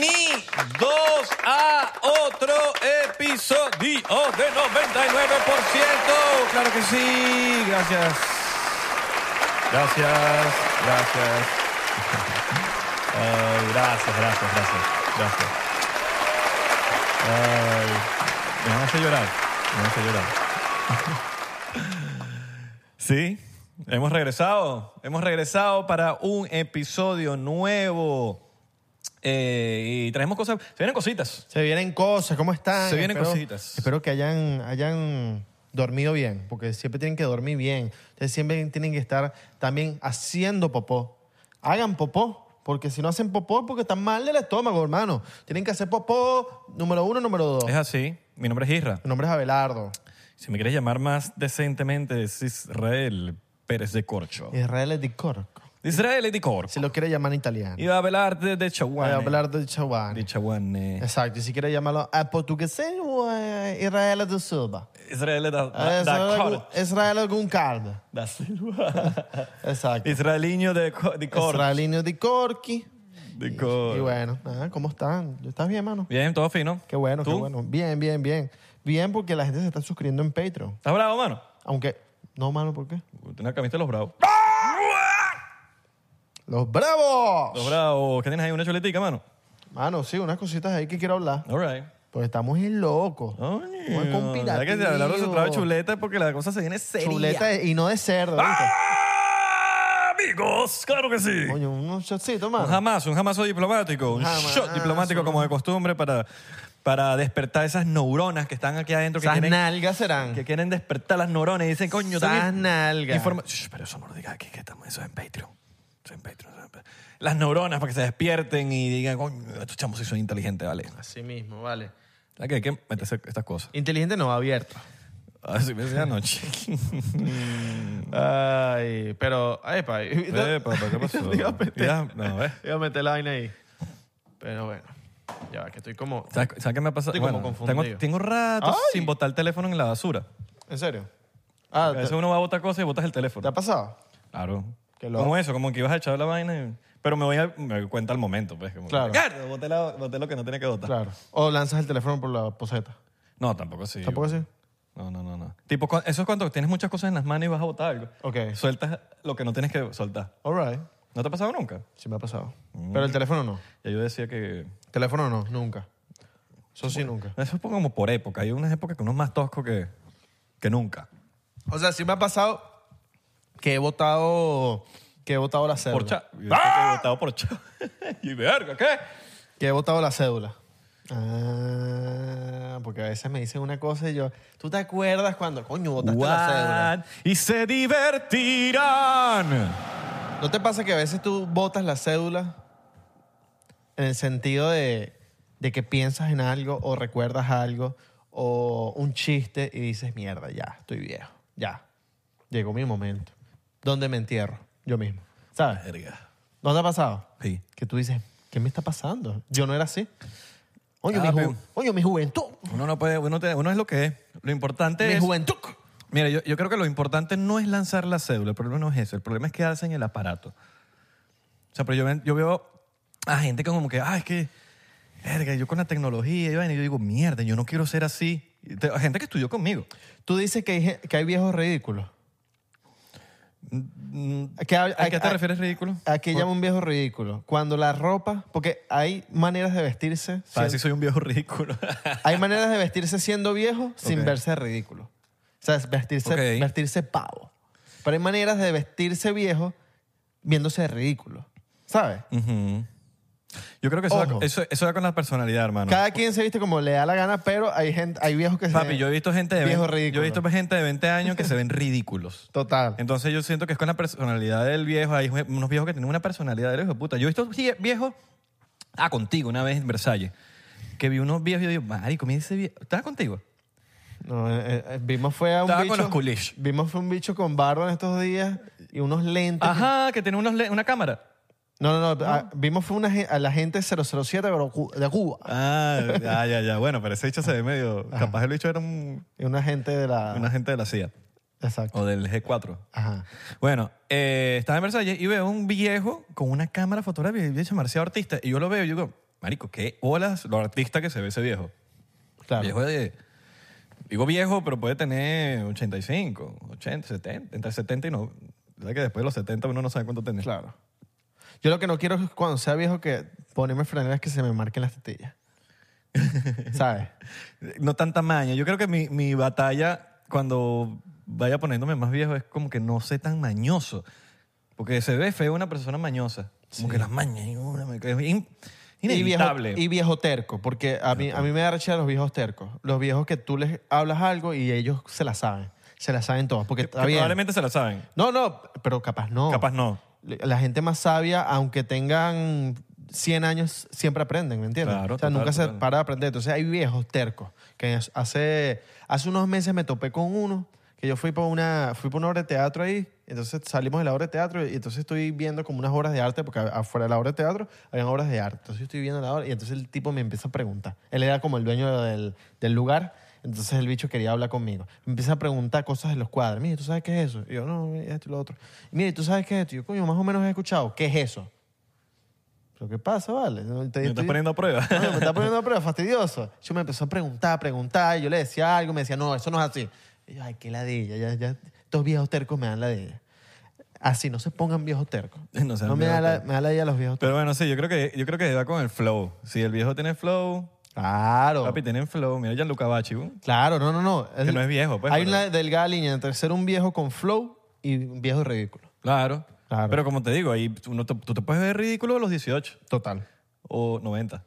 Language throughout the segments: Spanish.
Bienvenidos a otro episodio de 99%. Claro que sí. Gracias. Gracias. Gracias. Ay, gracias, gracias, gracias. Gracias. Ay, me van a hacer llorar. Me van a hacer llorar. Sí, hemos regresado. Hemos regresado para un episodio nuevo. Eh, y traemos cosas. Se vienen cositas. Se vienen cosas, ¿cómo están? Se vienen cositas. Espero que hayan, hayan dormido bien, porque siempre tienen que dormir bien. Ustedes siempre tienen que estar también haciendo popó. Hagan popó, porque si no hacen popó, porque están mal del estómago, hermano. Tienen que hacer popó, número uno, número dos. Es así. Mi nombre es Isra. Mi nombre es Abelardo. Si me quieres llamar más decentemente, es Israel Pérez de Corcho. Israel es de Corco. Israel es de Corcho. Si lo quiere llamar en italiano. Y va a velar de, de Chaguane. Abelardo de Chaguán. de Chaguane. Exacto, y si quiere llamarlo a portugués o a Israel de Silva. Israel es da, A da, da Israel, Cor- Israel Goncalves. da Silva. Exacto. Israeliño de, Co- de Corcho. Israelino de Corky. De Corcho. Y bueno, nada, ¿cómo están? ¿Estás bien, mano? Bien, todo fino. Qué bueno, qué ¿Tú? bueno. Bien, bien, bien. Bien porque la gente se está suscribiendo en Patreon. ¿Estás bravo, mano? Aunque, no, mano, ¿por qué? Tienes la camisa de los bravos. ¡Los bravos! Los bravos. ¿Qué tienes ahí? ¿Una chuletica, mano? Mano, sí, unas cositas ahí que quiero hablar. All right. Pues estamos en loco. Muy Muy compilativo. que hablar de su trago de chuleta porque la cosa se viene seria. Chuleta y no de cerdo, ¿viste? ¡Ah, amigos! ¡Claro que sí! Coño, unos shotcitos, Un mano. jamás, un jamazo diplomático, un Jamás, shot diplomático como de costumbre para, para despertar esas neuronas que están aquí adentro que Esas quieren, nalgas serán. que quieren despertar las neuronas y dicen, coño, tengo Esas in- nalgas. informa- Shh, pero eso no lo digas aquí, que estamos, eso es en Patreon. Eso es en Patreon, eso es en Patreon. Las neuronas para que se despierten y digan, coño, estos chamos sí son inteligentes, vale. Así mismo, vale. ¿Sabes qué? Hay que meterse estas cosas. Inteligente no, abierto. Así me decía anoche. Ay, pero, epa. Eh, papá, Mm. ¿qué pasó? Iba a meter- Ya, no, eh. iba a meter la vaina ahí. Pero bueno, ya va, que estoy como... ¿Sabes sabes qué me ha pasado? Estoy como confundido. tengo, tengo rato Ay. sin botar el teléfono en la basura. ¿En serio? Ah, A veces uno va a botar cosas y botas el teléfono. ¿Te ha pasado? Claro. Qué loco. Como eso, como que ibas a echar la vaina. y- Pero me voy a me doy cuenta al momento, pues. Como, Claro. "Ricardo, boté, la- boté lo que no tenía que botar. Claro. O lanzas el teléfono por la poseta. No, tampoco sí. ¿Tampoco así? No, no, no, no. Tipo, cu- eso es cuando tienes muchas cosas en las manos y vas a botar algo. Ok. Sueltas lo que no tienes que soltar. All right. ¿No te ha pasado nunca? Sí me ha pasado. Mm. Pero el teléfono no. Ya yo decía que... Teléfono no, nunca. Eso sí, nunca. Eso es como por época. Hay unas épocas que uno es más tosco que, que nunca. O sea, sí me ha pasado que he votado... Que he votado la cédula. Por chat. Yo siempre he votado por chat. y verga, ¿qué? Que he votado la cédula. Ah, porque a veces me dicen una cosa y yo... ¿Tú te acuerdas cuando, coño, votaste la cédula? What? Y se divertirán. ¿No te pasa que a veces tú votas la cédula en el sentido de, de que piensas en algo o recuerdas algo o un chiste y dices, mierda, ya, estoy viejo, ya, llegó mi momento. ¿Dónde me entierro? Yo mismo. ¿Sabes? Verga. ¿No te ha pasado? Sí. Que tú dices, ¿qué me está pasando? Yo no era así. Oye, Ah, mi, ju- pero- coño, mi juventud. Uno no puede, uno, te- uno es lo que es. Lo importante Mi es. juventud. Mira, yo, yo creo que lo importante no es lanzar la cédula, el problema no es eso, el problema es que hacen el aparato. O sea, pero yo, ven- yo veo a gente que como que, ah, es que, verga, yo con la tecnología, y vaina", y yo digo, mierda, yo no quiero ser así. Y te- gente que estudió conmigo. Tú dices que hay, gen- que hay viejos ridículos. Mm, ¿A qué- a- ¿A qué te a- refieres ridículo? Aquí llama un viejo ridículo. Cuando la ropa, porque hay maneras de vestirse, Para sien- si soy un viejo ridículo. hay maneras de vestirse siendo viejo sin Ok. verse ridículo. O sea, es vestirse, Ok. vestirse pavo. Pero hay maneras de vestirse viejo viéndose ridículo. ¿Sabes? Ujú. Yo creo que eso va, Ojo. eso, eso va con la personalidad, hermano. Cada quien se viste como le da la gana, pero hay gente, hay viejos que se Papi, yo he visto gente de viejo 20 ridículo. yo he visto gente de 20 años que se ven ridículos. Total. Entonces yo siento que es con la personalidad del viejo. Hay jue- unos viejos que tienen una personalidad del hijo de puta. Yo he visto vie- viejos, ah, contigo una vez en Versalles, que vi unos viejos y yo digo, marico, mira ese viejo. ¿Estaba contigo? No, eh, eh, vimos fue a un Estaba con bicho. los coolish. Vimos fue un bicho con barba en estos días y unos lentes. Ajá, que tiene unos le- una cámara. No, no, no. ah, vimos fue una, gen- a la gente 007 pero cu- de Cuba. Ah, ya, ya, ya. Bueno, pero ese bicho se ve medio... Capaz el bicho era un, Y una gente de la. un agente de la CIA Exacto. o del G4. Ajá. Bueno, eh, estaba en Versalles y veo un viejo con una cámara fotográfica y dice demasiado artista. Y yo lo veo y yo digo, marico, qué olas lo artista que se ve ese viejo. Claro. Viejo de... Digo viejo, pero puede tener 85, 80, 70, entre 70 y no. ¿Verdad que después de los 70 uno no sabe cuánto tener? Claro. Yo lo que no quiero es cuando sea viejo que ponerme franelas que se me marquen las tetillas. ¿Sabes? No tanta maña. Yo creo que mi, mi batalla cuando vaya poniéndome más viejo es como que no sé tan mañoso. Porque se ve feo una persona mañosa. Como que las mañas. y una- Es in- Y viejo, inevitable. y viejo terco, porque a mí, a mí me da rechera los viejos tercos. Los viejos que tú les hablas algo y ellos se la saben. Se la saben todas. Porque Que está bien. probablemente se la saben. No, no, pero capaz no. Capaz no. La gente más sabia, aunque tengan 100 años, siempre aprenden, ¿me entiendes? Claro, o sea, total, nunca se total. para de aprender. Entonces hay viejos tercos. Que es- hace, hace unos meses me topé con uno, que yo fui por una, fui por una obra de teatro ahí, entonces salimos de la obra de teatro y entonces estoy viendo como unas obras de arte, porque a- afuera de la obra de teatro habían obras de arte. Entonces yo estoy viendo la obra y entonces el tipo me empieza a preguntar. Él era como el dueño del, del lugar. Entonces el bicho quería hablar conmigo. Me empieza a preguntar cosas de los cuadros. Mire, ¿tú sabes qué es eso? Y yo, no, esto y lo otro. Mire, ¿tú sabes qué es esto? Y yo, coño, más o menos he escuchado. ¿Qué es eso? ¿Pero qué pasa, vale? No, te- Me estás estoy- poniendo a prueba. Coño, me está poniendo a prueba, fastidioso. Yo me empezó a preguntar, a preguntar. Y yo le decía algo. Me decía, no, eso no es así. Y yo, ay, qué ladilla. Ya, ya, estos viejos tercos me dan ladilla. Así, no se pongan viejos tercos. No sean me, da viejos la- tercos. me da ladilla los viejos tercos. Pero bueno, sí, yo creo que, yo creo que va con el flow. Si el viejo tiene flow, Claro. papi, tienen flow. Mira Gianluca Bachi, ¿no? Claro, no, no, no. Que no es viejo, pues, Hay pero- una delgada línea entre ser un viejo con flow y un viejo ridículo. Claro. Claro. Pero como te digo, ahí uno te- tú te puedes ver ridículo a los 18 Total. o 90.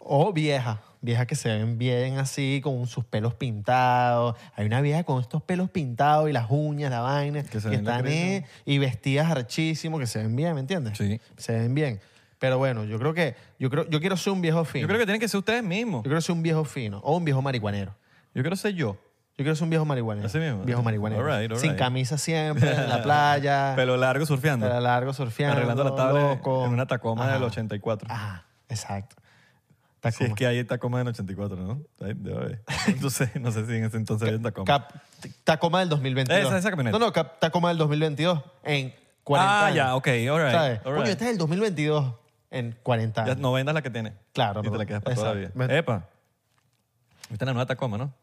O vieja. Viejas que se ven bien así, con sus pelos pintados. Hay una vieja con estos pelos pintados y las uñas, la vaina. Que Que, se ven la están cresta. eh, y vestidas archísimo, que se ven bien, ¿me entiendes? Sí. Se ven bien. Pero bueno, yo creo que. Yo, creo, yo quiero ser un viejo fino. Yo creo que tienen que ser ustedes mismos. yo quiero ser un viejo fino. O un viejo marihuanero. Yo quiero ser yo. Yo quiero ser un viejo marihuanero. Así mismo. Viejo marihuanero. All right, all Sin right. camisa siempre, en la playa. Pelo largo surfeando. Para largo, surfeando. Arreglando la tabla loco. en una Tacoma Ajá. Ah, del 84. Ajá, exacto. si es Tacoma. que hay Tacoma del 84, ¿no? Ahí debe haber. Entonces, no sé si en ese entonces había un Tacoma. Cap- Tacoma del 2022. Esa- esa camioneta. No, no, Cap- Tacoma del 2022 en 40 ah, años. ya, ok, all right. ¿Sabes? all Coño, right. esta es del 2022 en 40 Ya años. no vendas la que tienes. Claro, Y te no. la quedas para Exacto. todavía. Me- Epa. Viste la nueva Tacoma, ¿no?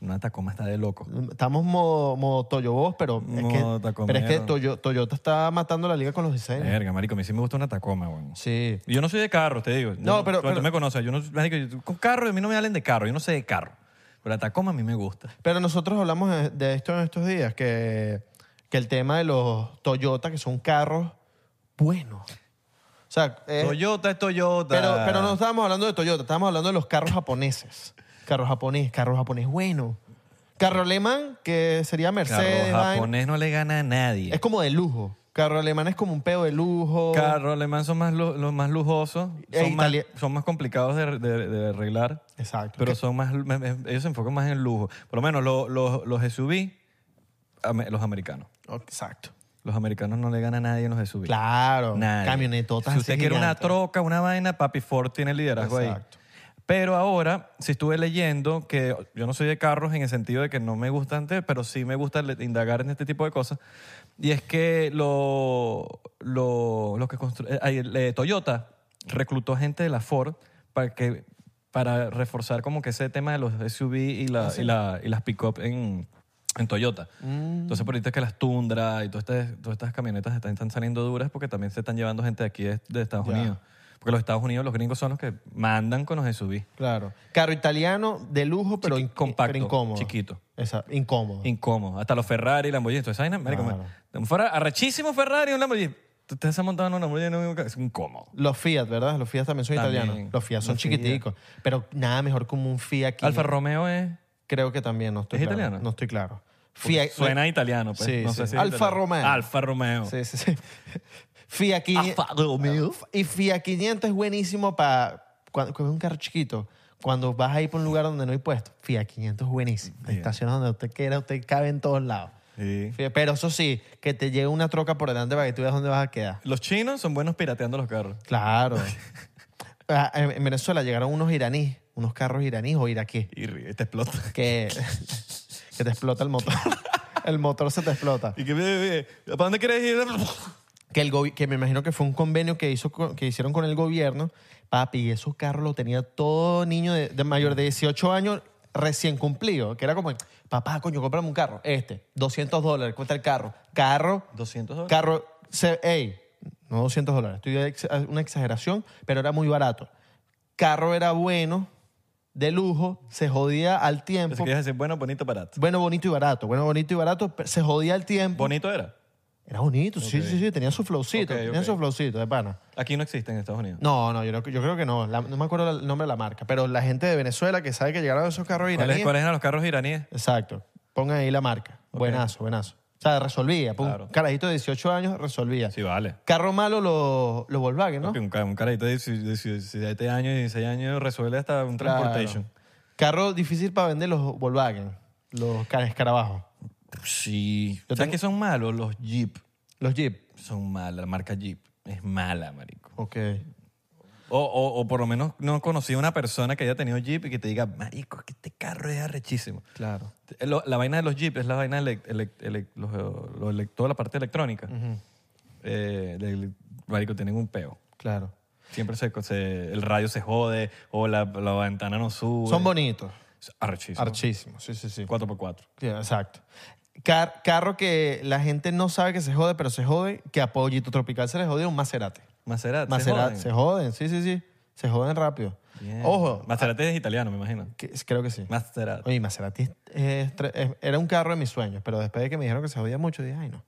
Una Tacoma está de loco. Estamos modo, modo Toyo Boss, pero es Modo que, pero es que tacomero. Toyo- Toyota está matando la liga con los diseños. Verga, marico, a mí sí me gusta una Tacoma, weón. Sí. Yo no soy de carro, te digo. No, pero- Tú, tú pero- me conoces. Yo no, marico, yo- con carro, a mí no me hablen de carro. Yo no sé de carro. Pero la Tacoma a mí me gusta. Pero nosotros hablamos de- de esto en estos días, que, que el tema de los Toyota, que son carros buenos. O sea, eh, Toyota es Toyota. pero, pero no estábamos hablando de Toyota, estábamos hablando de los carros japoneses. Carros japonés, carros japonés bueno. Carro alemán, que sería Mercedes. Carro vaina. japonés no le gana a nadie. Es como de lujo. Carro alemán es como un pedo de lujo. Carro alemán son más lu- los más lujosos. Son, E más, Italia- son más complicados de, de- de arreglar. Exacto. Pero Que- son más, me- me- ellos se enfocan más en el lujo. Por lo menos lo- lo- E los SUV, ame- los americanos. Exacto. Los americanos no le gana a nadie en los E SUV. Claro. Nadie. Camionetotas Si usted así quiere una gigantes. troca, una vaina, Papi Ford tiene el liderazgo Exacto. ahí. Pero ahora, si estuve leyendo que yo no soy de carros en el sentido de que no me gusta antes, pero sí me gusta le- indagar en este tipo de cosas. Y es que lo, lo, los que constru- eh, ay, el, eh, Toyota reclutó gente de la Ford para que Ah, para reforzar como que ese tema de los SUV y, la, y, la- y las pick-up en, en Toyota. Mm. Entonces, por ahorita que las Tundra y todas estas, todas estas camionetas están, están saliendo duras porque también se están llevando gente de aquí de, de Estados Ya. Unidos. Porque los Estados Unidos, los gringos son los que mandan con los SUV. Claro. Carro italiano de lujo, pero, Chiqui- in- compacto, pero incómodo. chiquito. Esa- incómodo. Incómodo. Hasta los Ferrari, Lamborghini. Entonces, ¿sabes? Marico, Claro. un Ferrari, arrechísimo Ferrari, un Lamborghini. Ustedes se han montado en un Lamborghini, no, es incómodo. los Fiat, ¿verdad? Los Fiat también son También. italianos. Los Fiat son Los Fiat. chiquiticos. Pero nada mejor como un Fiat. 500. Alfa Romeo es... Creo que también, no estoy ¿Es claro. italiano? No estoy claro. porque Fiat, Suena italiano, pues. Sí, no sí. sé si es Alfa italiano. Romeo. Alfa Romeo. Sí, sí, sí. Fiat 500. Alfa Romeo. Y Fiat 500 es buenísimo para. Cuando, cuando es un carro chiquito, cuando vas a ir por un lugar donde no hay puesto, Fiat 500 es buenísimo. Te estacionas donde usted quiera, usted cabe en todos lados. Sí. Fiat- Pero eso sí, que te llegue una troca por delante para que tú veas dónde vas a quedar. Los chinos son buenos pirateando los carros. Claro. Ah, en en Venezuela llegaron unos iraníes, unos carros iraníes o iraquíes, Y ri- este te explota. que, que te explota el motor. El motor se te explota. Y que, "Eh, eh, ¿para dónde quieres ir? que, el gobi- que me imagino que fue un convenio que, hizo con- que hicieron con el gobierno. Papi, y esos carros lo tenía todo niño de, de mayor de 18 años recién cumplido. Que era como, papá, coño, cómprame un carro. Este, 200 dólares, cuesta el carro. Carro, 200 dólares. carro, se- ey, no 200 dólares. Estoy ex- una exageración, pero era muy barato. Carro era bueno, de lujo, se jodía al Pensé tiempo. que ibas a decir, bueno, bonito, barato. Bueno, bonito y barato. Bueno, bonito y barato, pe- se jodía al tiempo. Bonito era. Era bonito, sí, Ok. sí, sí, tenía su flowcito, Ok, tenía ok. su flowcito de pana. Aquí no existe en Estados Unidos. No, no, yo, no- yo creo que no, la- no me acuerdo el nombre de la marca, pero la gente de Venezuela que sabe que llegaron esos carros ¿Cuáles iraníes. cuáles eran los carros iraníes? Exacto, pongan ahí la marca. Buenazo, buenazo. O sea, resolvía, pum, Claro. carajito de 18 años resolvía. Sí, vale. Carro malo los lo Volkswagen, ¿no? Porque Un, ca- un carajito de 17 años, 16 años resuelve hasta un Claro. transportation. Carro difícil para vender los Volkswagen, los car- escarabajos, Sí. Yo ¿Sabes tengo- qué son malos? Los Jeep. los Jeep. Son malas. La marca Jeep es mala, marico. Ok. O, o- o por lo menos no conocí a una persona que haya tenido Jeep y que te diga, marico, es que este carro es arrechísimo. Claro. Lo- la vaina de los Jeep es la vaina de toda la parte electrónica. Eh, del- marico, tienen un peo. Claro. Siempre se, se- el radio se jode o la, la ventana no sube. Son bonitos, Arrechísimo. archísimos, sí, sí, sí. 4x4. Sí, exacto. Car- carro que la gente no sabe que se jode, pero se jode, que a Pollito Tropical se le jode un Maserati. Maserati. Maserati, se se joden, joden. sí, sí, sí. Se joden rápido. Bien. Ojo, Maserati es italiano, me imagino. que- creo que sí. Maserati. Oye, Maserati es- es tre- es- era un carro de mis sueños, pero después de que me dijeron que se jodía mucho, dije, ay, no.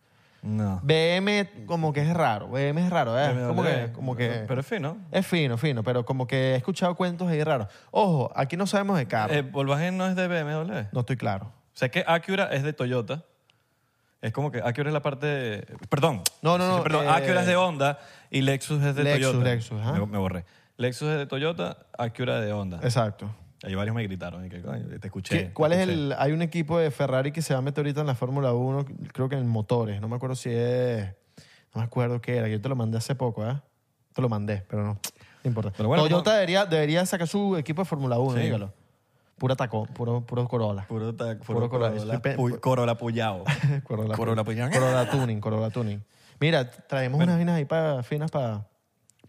No. BM como que es raro, BM es raro, ¿eh? BMW. Como que, como que Pero en fin, ¿no? es fino, fino, pero como que he escuchado cuentos ahí raros. Ojo, aquí no sabemos de carro, Eh, Volkswagen no es de BMW. no estoy claro. Sé que Acura es de Toyota. Es como que Acura es la parte. de- Perdón. No, no, no, Perdón, eh, Acura es de Honda y Lexus es de Lexus, Toyota. Lexus, ajá. me, me borré. Lexus es de Toyota, Acura es de Honda. Exacto. Ahí varios me gritaron. y que, coño, te escuché. ¿Qué- te ¿Cuál es escuché. el...? Hay un equipo de Ferrari que se va a meter ahorita en la Fórmula 1, creo que en motores. No me acuerdo si es... No me acuerdo qué era. Yo te lo mandé hace poco, ¿eh? Te lo mandé, pero no. No importa. Pero bueno, Toyota como- debería, debería sacar su equipo de Fórmula 1, Sí. dígalo. Pura tacón, puro, puro Corolla. Puro, ta- Puro puro, Corolla. Estoy Corolla, pe- pu- Corolla Puyao. Corolla. Corolla Puyao. Corolla Tuning, Corolla Tuning. Mira, traemos unas vainas ahí para finas para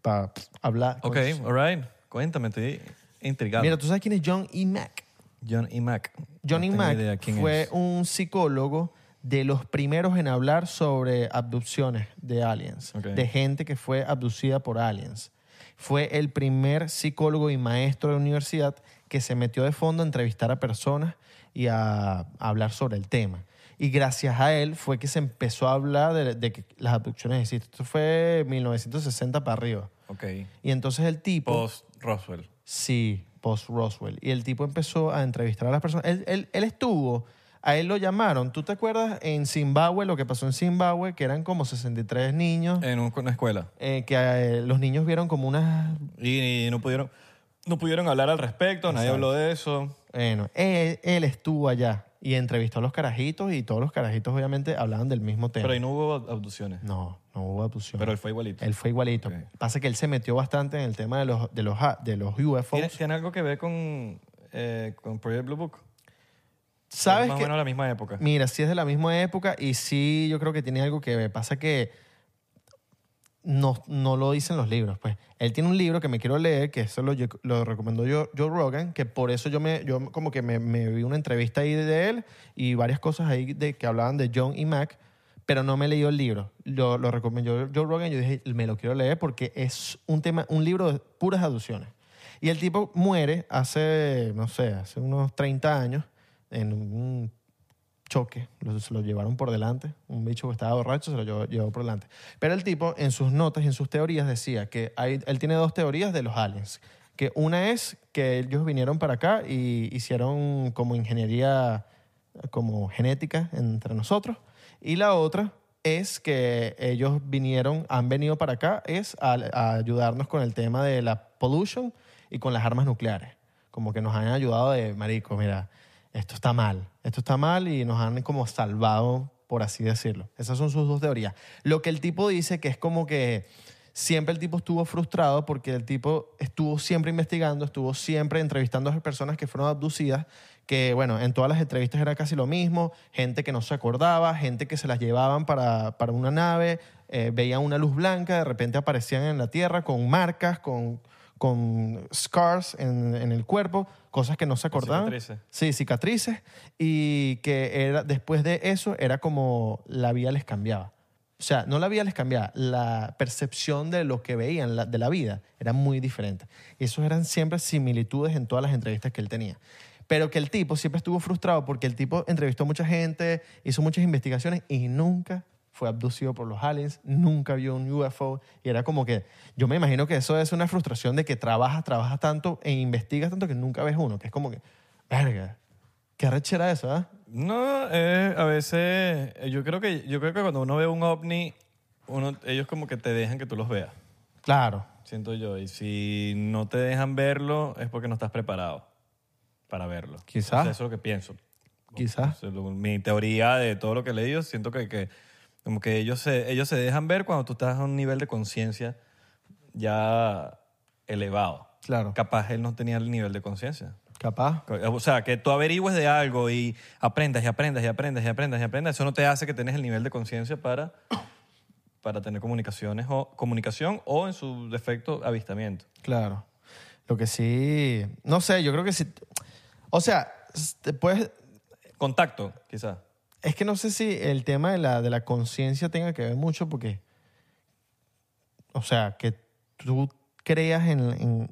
para hablar. con Ok, eso. all right. Cuéntame, estoy intrigado. Mira, ¿tú sabes quién es John E. Mack? John E. Mac. Johnny Mack fue es. un psicólogo de los primeros en hablar sobre abducciones de aliens, Ok. de gente que fue abducida por aliens. Fue el primer psicólogo y maestro de universidad que se metió de fondo a entrevistar a personas y a, a hablar sobre el tema. Y gracias a él fue que se empezó a hablar de, de que las abducciones existen. Esto fue 1960 para arriba. Ok. Y entonces el tipo... Post Roswell. Sí, post Roswell. Y el tipo empezó a entrevistar a las personas. Él, él- él estuvo, a él lo llamaron. ¿Tú te acuerdas en Zimbabue, lo que pasó en Zimbabue, que eran como 63 niños, En un- una escuela. eh, que eh, los niños vieron como unas... Y, no pudieron no pudieron hablar al respecto, nadie habló de eso. Bueno, él, él estuvo allá y entrevistó a los carajitos y todos los carajitos obviamente hablaban del mismo tema. Pero ahí no hubo abducciones. No, no hubo abducción. Pero él fue igualito. Él fue igualito. Ok. Pasa que él se metió bastante en el tema de los, de los, ha- de los UFOs. ¿Tiene, tiene algo que ver con, eh, con Project Blue Book? ¿Sabes Es más que- o menos la misma época. Mira, sí es de la misma época y sí yo creo que tiene algo que ver. Pasa que no, no lo dicen los libros, pues. Él tiene un libro que me quiero leer, que eso lo, lo recomendó yo, Joe Rogan, que por eso yo, me, yo como que me, me vi una entrevista ahí de él y varias cosas ahí de, que hablaban de John y Mac, pero no me he leído el libro. Lo, lo recomendó Joe Rogan y yo dije, me lo quiero leer porque es un, tema, un libro de puras aducciones. Y el tipo muere hace, no sé, hace unos 30 años en un choque. Lo, se lo llevaron por delante. Un bicho que estaba borracho se lo llevó, llevó por delante. Pero el tipo, en sus notas y en sus teorías, decía que hay, él tiene dos teorías de los aliens. Que una es que ellos vinieron para acá y hicieron como ingeniería, como genética entre nosotros. Y la otra es que ellos vinieron, han venido para acá, es a, a ayudarnos con el tema de la pollution y con las armas nucleares. Como que nos han ayudado de, marico, mira, esto está mal, esto está mal y nos han como salvado, por así decirlo. Esas son sus dos teorías. Lo que el tipo dice que es como que siempre el tipo estuvo frustrado porque el tipo estuvo siempre investigando, estuvo siempre entrevistando a personas que fueron abducidas, que bueno, en todas las entrevistas era casi lo mismo, gente que no se acordaba, gente que se las llevaban para, para una nave, eh, veían una luz blanca, de repente aparecían en la Tierra con marcas, con, con scars en, en el cuerpo, cosas que no se acordaban. cicatrices. Sí, cicatrices. Y que era, después de eso era como la vida les cambiaba. O sea, no la vida les cambiaba, la percepción de lo que veían la- de la vida era muy diferente. Y esos eran siempre similitudes en todas las entrevistas que él tenía. Pero que el tipo siempre estuvo frustrado porque el tipo entrevistó a mucha gente, hizo muchas investigaciones y nunca fue abducido por los aliens, nunca vio un UFO y era como que yo me imagino que eso es una frustración de que trabajas, trabajas tanto e investigas tanto que nunca ves uno, que es como que, verga, qué rechera eso, ¿ah? No, eh, a veces eh, yo creo que yo creo que cuando uno ve un ovni, uno, ellos como que te dejan que tú los veas, Claro, siento yo. Y si no te dejan verlo es porque no estás preparado para verlo. Quizás. O sea, eso es lo que pienso. Quizás. O sea, lo- mi teoría de todo lo que he leído, siento que, que como que ellos se, ellos se dejan ver cuando tú estás a un nivel de conciencia ya elevado. Claro. Capaz él no tenía el nivel de conciencia. capaz. O sea, que tú averigües de algo y aprendas y aprendas y aprendas y aprendas y aprendas, eso no te hace que tengas el nivel de conciencia para, para tener comunicaciones o comunicación o en su defecto avistamiento. Claro. Lo que sí. No sé, yo creo que sí. O sea, s- pues. Contacto, quizás. Es que no sé si el tema de la, de la conciencia tenga que ver mucho porque. O sea, que tú creas en. en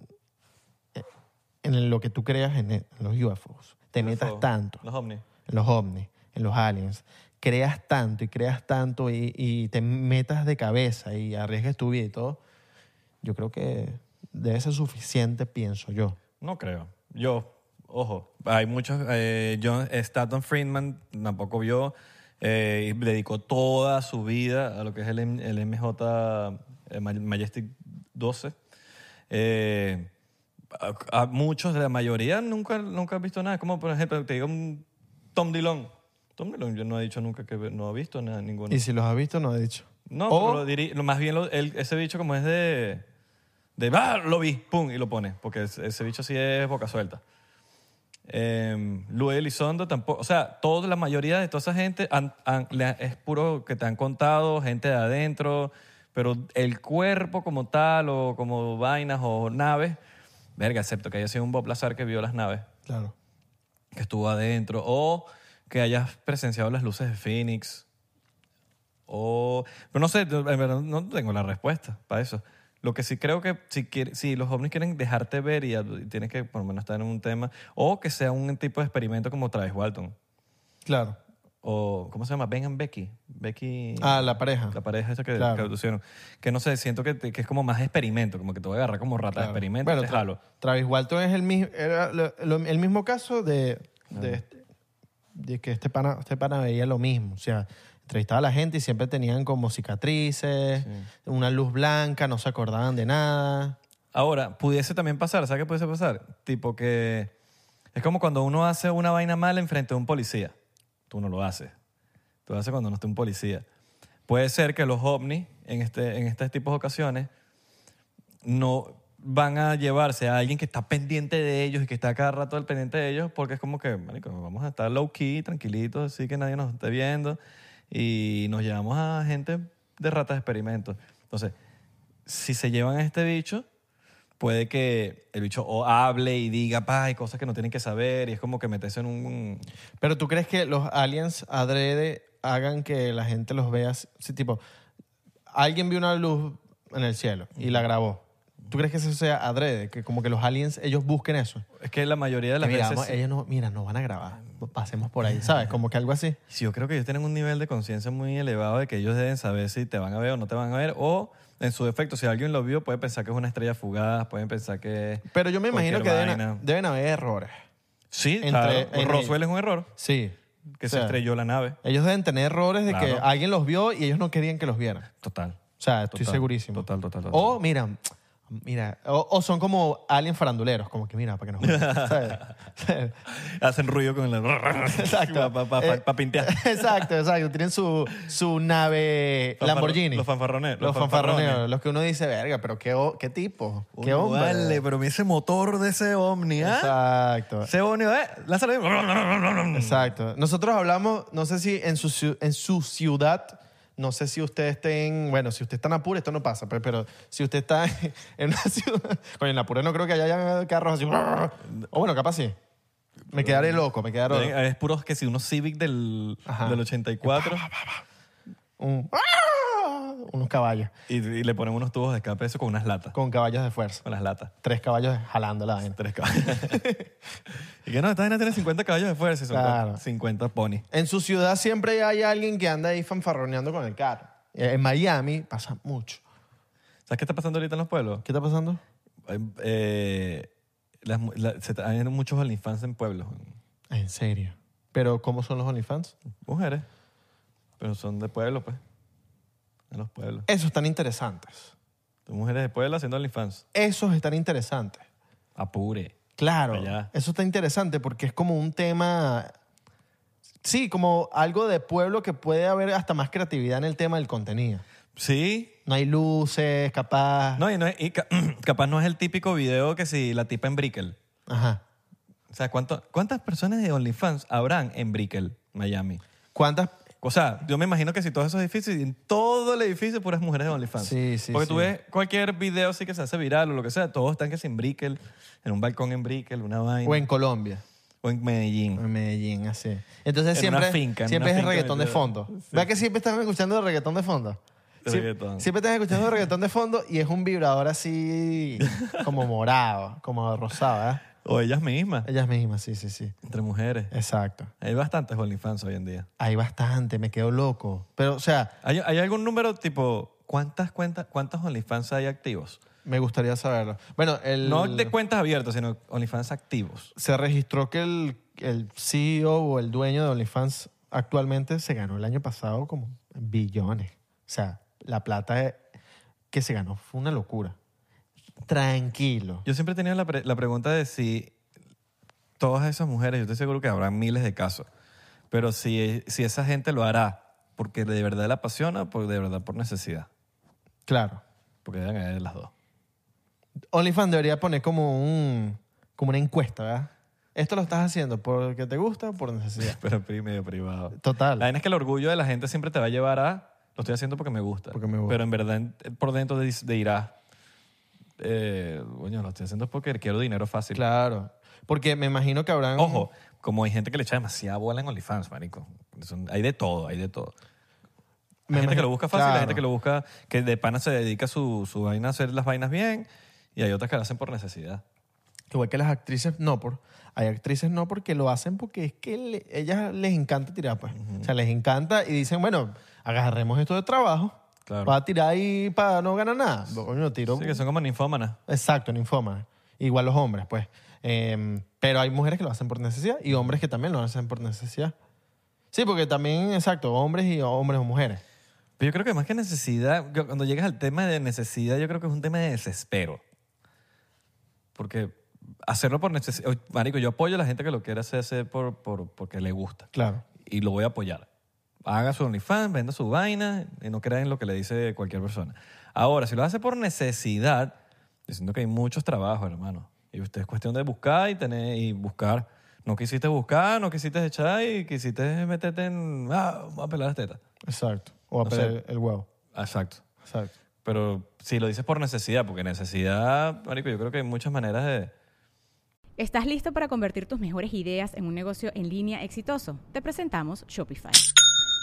en lo que tú creas en, en los UFOs. Te metas tanto. Los ovnis. en los ovnis, en los aliens, creas tanto y creas tanto y, y te metas de cabeza y arriesgues tu vida y todo, yo creo que debe ser suficiente, pienso yo. No creo. Yo, ojo, hay muchos. eh, John Staton Friedman tampoco vio eh, y dedicó toda su vida a lo que es el, M- el MJ eh, Ma- Majestic 12. Eh, a, a muchos, la mayoría nunca, nunca han visto nada. Como por ejemplo, te digo un Tom Dillon. Tom Dillon, yo no he dicho nunca que ve- no ha visto nada, ninguno. Y si los has visto, no he dicho. No, O- pero lo diri- lo más bien lo- él- ese bicho como es de... De, ah, lo vi, pum, y lo pone. Porque es- ese bicho sí es boca suelta. Eh, Luis Elizondo tampoco... O sea, toda la mayoría de toda esa gente han- han- le ha- es puro que te han contado, gente de adentro, pero el cuerpo como tal o como vainas o naves... Verga, excepto que haya sido un Bob Lazar que vio las naves Claro. que estuvo adentro, o que hayas presenciado las luces de Phoenix, o... Pero no sé, en verdad no tengo la respuesta para eso. Lo que sí creo que si, quiere- si los ovnis quieren dejarte ver y, y tienes que por lo menos estar en un tema, o que sea un tipo de experimento como Travis Walton, Claro. o ¿cómo se llama? Ben and Becky. Becky... Ah, la pareja. La pareja esa que, Claro. que pusieron. Que no sé, siento que, te- que es como más experimento, como que te voy a agarrar como rata de Claro. experimento. Bueno, te Tra- jalo. Travis Walton es el mismo, era lo- lo- el mismo caso de, Ah. de, este- de que este pana, este pana veía lo mismo. O sea, entrevistaba a la gente y siempre tenían como cicatrices, una luz blanca, no se acordaban de nada. Ahora, pudiese también pasar, ¿sabes qué pudiese pasar? Tipo que es como cuando uno hace una vaina mala enfrente de un policía. Tú no lo haces. Tú lo haces cuando no esté un policía. Puede ser que los ovnis en, este, en este tipo de ocasiones no van a llevarse a alguien que está pendiente de ellos y que está cada rato al pendiente de ellos porque es como que, marico, vamos a estar low key, tranquilitos, así que nadie nos esté viendo y nos llevamos a gente de ratas de experimentos. Entonces, si se llevan a este bicho, puede que el bicho o hable y diga, pa, hay cosas que no tienen que saber y es como que meterse en un... Pero tú crees que los aliens adrede hagan que la gente los vea, así? Sí, tipo, alguien vio una luz en el cielo y la grabó. ¿Tú crees que eso sea adrede? Que como que los aliens, ellos busquen eso. Es que la mayoría de las mira, vamos, veces... ellos no, mira, no van a grabar. Pasemos por ahí, ¿sabes? Como que algo así. Sí, eh, yo creo que ellos tienen un nivel de conciencia muy elevado de que ellos deben saber si te van a ver o no te van a ver. O, en su defecto, si alguien lo vio, puede pensar que es una estrella fugaz, pueden pensar que... es Pero yo me imagino que cualquier deben, vaina. deben haber errores. Sí, entre- claro. en Roswell ellos. es un error, Sí. que O se sea, estrelló la nave. Ellos deben tener errores de que Claro. alguien los vio y ellos no querían que los vieran. Total. O sea, estoy Total, segurísimo. total, total, total. O, mira, mira, o, o son como alien faranduleros, como que mira, para que nos ¿sabes? ¿Sabes? Hacen ruido con la... Exacto. Para Eh, pintear. Exacto, exacto. Tienen su, su nave Fanfarro- Lamborghini. los fanfarrones, Los los fanfarrones. fanfarroneros. Los que uno dice, verga, pero qué, o- qué tipo. Qué Coño, hombre. Vale, pero mira ese motor de ese Omni, ¿ah? Exacto. Ese Omni, ¿eh? Lázaro. Exacto. Mm. Nosotros hablamos, no sé si en su, ciu- en su ciudad, no sé si ustedes estén, bueno, si usted está en Apure, esto no pasa, pero, pero si usted está en una ciudad, coño, en Apure no creo que haya- haya carros así. O bueno, capaz sí. Me quedaré loco, me quedaré Es puros que si unos Civic del, Ajá. del 84 un- unos caballos, y, y le ponen unos tubos de escape, eso con unas latas. con caballos de fuerza. Con las latas. Tres caballos jalando la vaina. Tres caballos. y que no, esta vaina tiene 50 caballos de fuerza y son Claro. 50 ponis. En su ciudad siempre hay alguien que anda ahí fanfarroneando con el carro. Eh, En Miami pasa mucho. ¿Sabes qué está pasando ahorita en los pueblos? ¿Qué está pasando? Eh, las mu- la- se ta- hay muchos OnlyFans en pueblos. En serio. ¿Pero cómo son los OnlyFans? Mujeres. Pero son de pueblo, pues. En los pueblos. Esos están interesantes. Son mujeres de pueblo haciendo OnlyFans. Esos están interesantes. Apure. Claro. Allá. Eso está interesante porque es como un tema. Sí, como algo de pueblo que puede haber hasta más creatividad en el tema del contenido. Sí. No hay luces, capaz. No, y, no es- y ca- capaz no es el típico video que si la tipa en Brickell. Ajá. O sea, ¿cuánto- ¿cuántas personas de OnlyFans habrán en Brickell, Miami? ¿Cuántas? O sea, yo me imagino que si todos esos edificios, en todo el edificio, puras mujeres de OnlyFans. Sí, sí, Porque tú sí. ves cualquier video así que se hace viral o lo que sea, todos están que si en Brickell, en un balcón en Brickell, una vaina. O en Colombia. o en Medellín. En Medellín, así. Entonces En siempre, una finca, en siempre una es finca reggaetón de metida. fondo. ¿Verdad que siempre están escuchando el reggaetón de fondo? De Sie- reggaetón. Siempre están escuchando el reggaetón de fondo y es un vibrador así como morado, como rosado, ¿verdad? O ellas mismas, Ellas mismas, sí, sí, sí. entre mujeres. Exacto. Hay bastantes OnlyFans hoy en día. Hay bastante, me quedo loco. Pero, o sea, ¿Hay, hay algún número tipo, cuántas cuentas, cuántos OnlyFans hay activos? me gustaría saberlo. Bueno, el, No de cuentas abiertas, sino OnlyFans activos. se registró que el, el CEO o el dueño de OnlyFans actualmente se ganó el año pasado como billones. O sea, la plata que se ganó fue una locura. Tranquilo. Yo siempre he tenido la, pre- la pregunta de si todas esas mujeres, yo estoy seguro que habrá miles de casos, pero si, si esa gente lo hará porque de verdad la apasiona o por- de verdad por necesidad. Claro. Porque deben haber las dos. OnlyFans debería poner como un como una encuesta, ¿verdad? Esto lo estás haciendo porque te gusta o por necesidad. Pero pri- medio privado. Total. La vaina es que el orgullo de la gente siempre te va a llevar a lo estoy haciendo porque me gusta. Porque me gusta. Pero en verdad en- por dentro de, de irá. Eh, coño, lo estoy haciendo porque quiero dinero fácil. Claro. Porque me imagino que habrán. Ojo, como hay gente que le echa demasiada bola en OnlyFans, marico. Son- hay de todo, hay de todo. Hay Me gente que imagino- lo busca fácil, hay gente claro. que lo busca, que de pana se dedica su, su vaina a hacer las vainas bien, y hay otras que lo hacen por necesidad. Igual que las actrices, no por. Hay actrices no porque lo hacen porque es que le- ellas les encanta tirar, pues. O sea, les encanta y dicen, bueno, agarremos esto de trabajo. Claro. Para tirar ahí, para no ganar nada. Coño, tiro. Sí, que son como ninfómanas. Exacto, ninfómanas. Igual los hombres, pues. Eh, pero hay mujeres que lo hacen por necesidad y hombres que también lo hacen por necesidad. Sí, porque también, exacto, hombres y hombres o mujeres. Pero yo creo que más que necesidad, yo- cuando llegas al tema de necesidad, yo creo que es un tema de desespero. Porque hacerlo por necesidad. Marico, yo apoyo a la gente que lo quiere hacer, hacer por, por- porque le gusta. Claro. Y lo voy a apoyar. Haga su OnlyFans, venda su vaina y no crea en lo que le dice cualquier persona. Ahora, si lo hace por necesidad, diciendo que hay muchos trabajos, hermano. Y usted es cuestión de buscar y tener y buscar. No quisiste buscar, no quisiste echar y quisiste meterte en. Ah, voy a pelar las tetas. Exacto. O a No sé. pelar el huevo. Exacto. Exacto. Pero Pero si lo dices por necesidad, porque necesidad, marico, yo creo que hay muchas maneras de... ¿Estás listo para convertir tus mejores ideas en un negocio en línea exitoso? Te presentamos Shopify.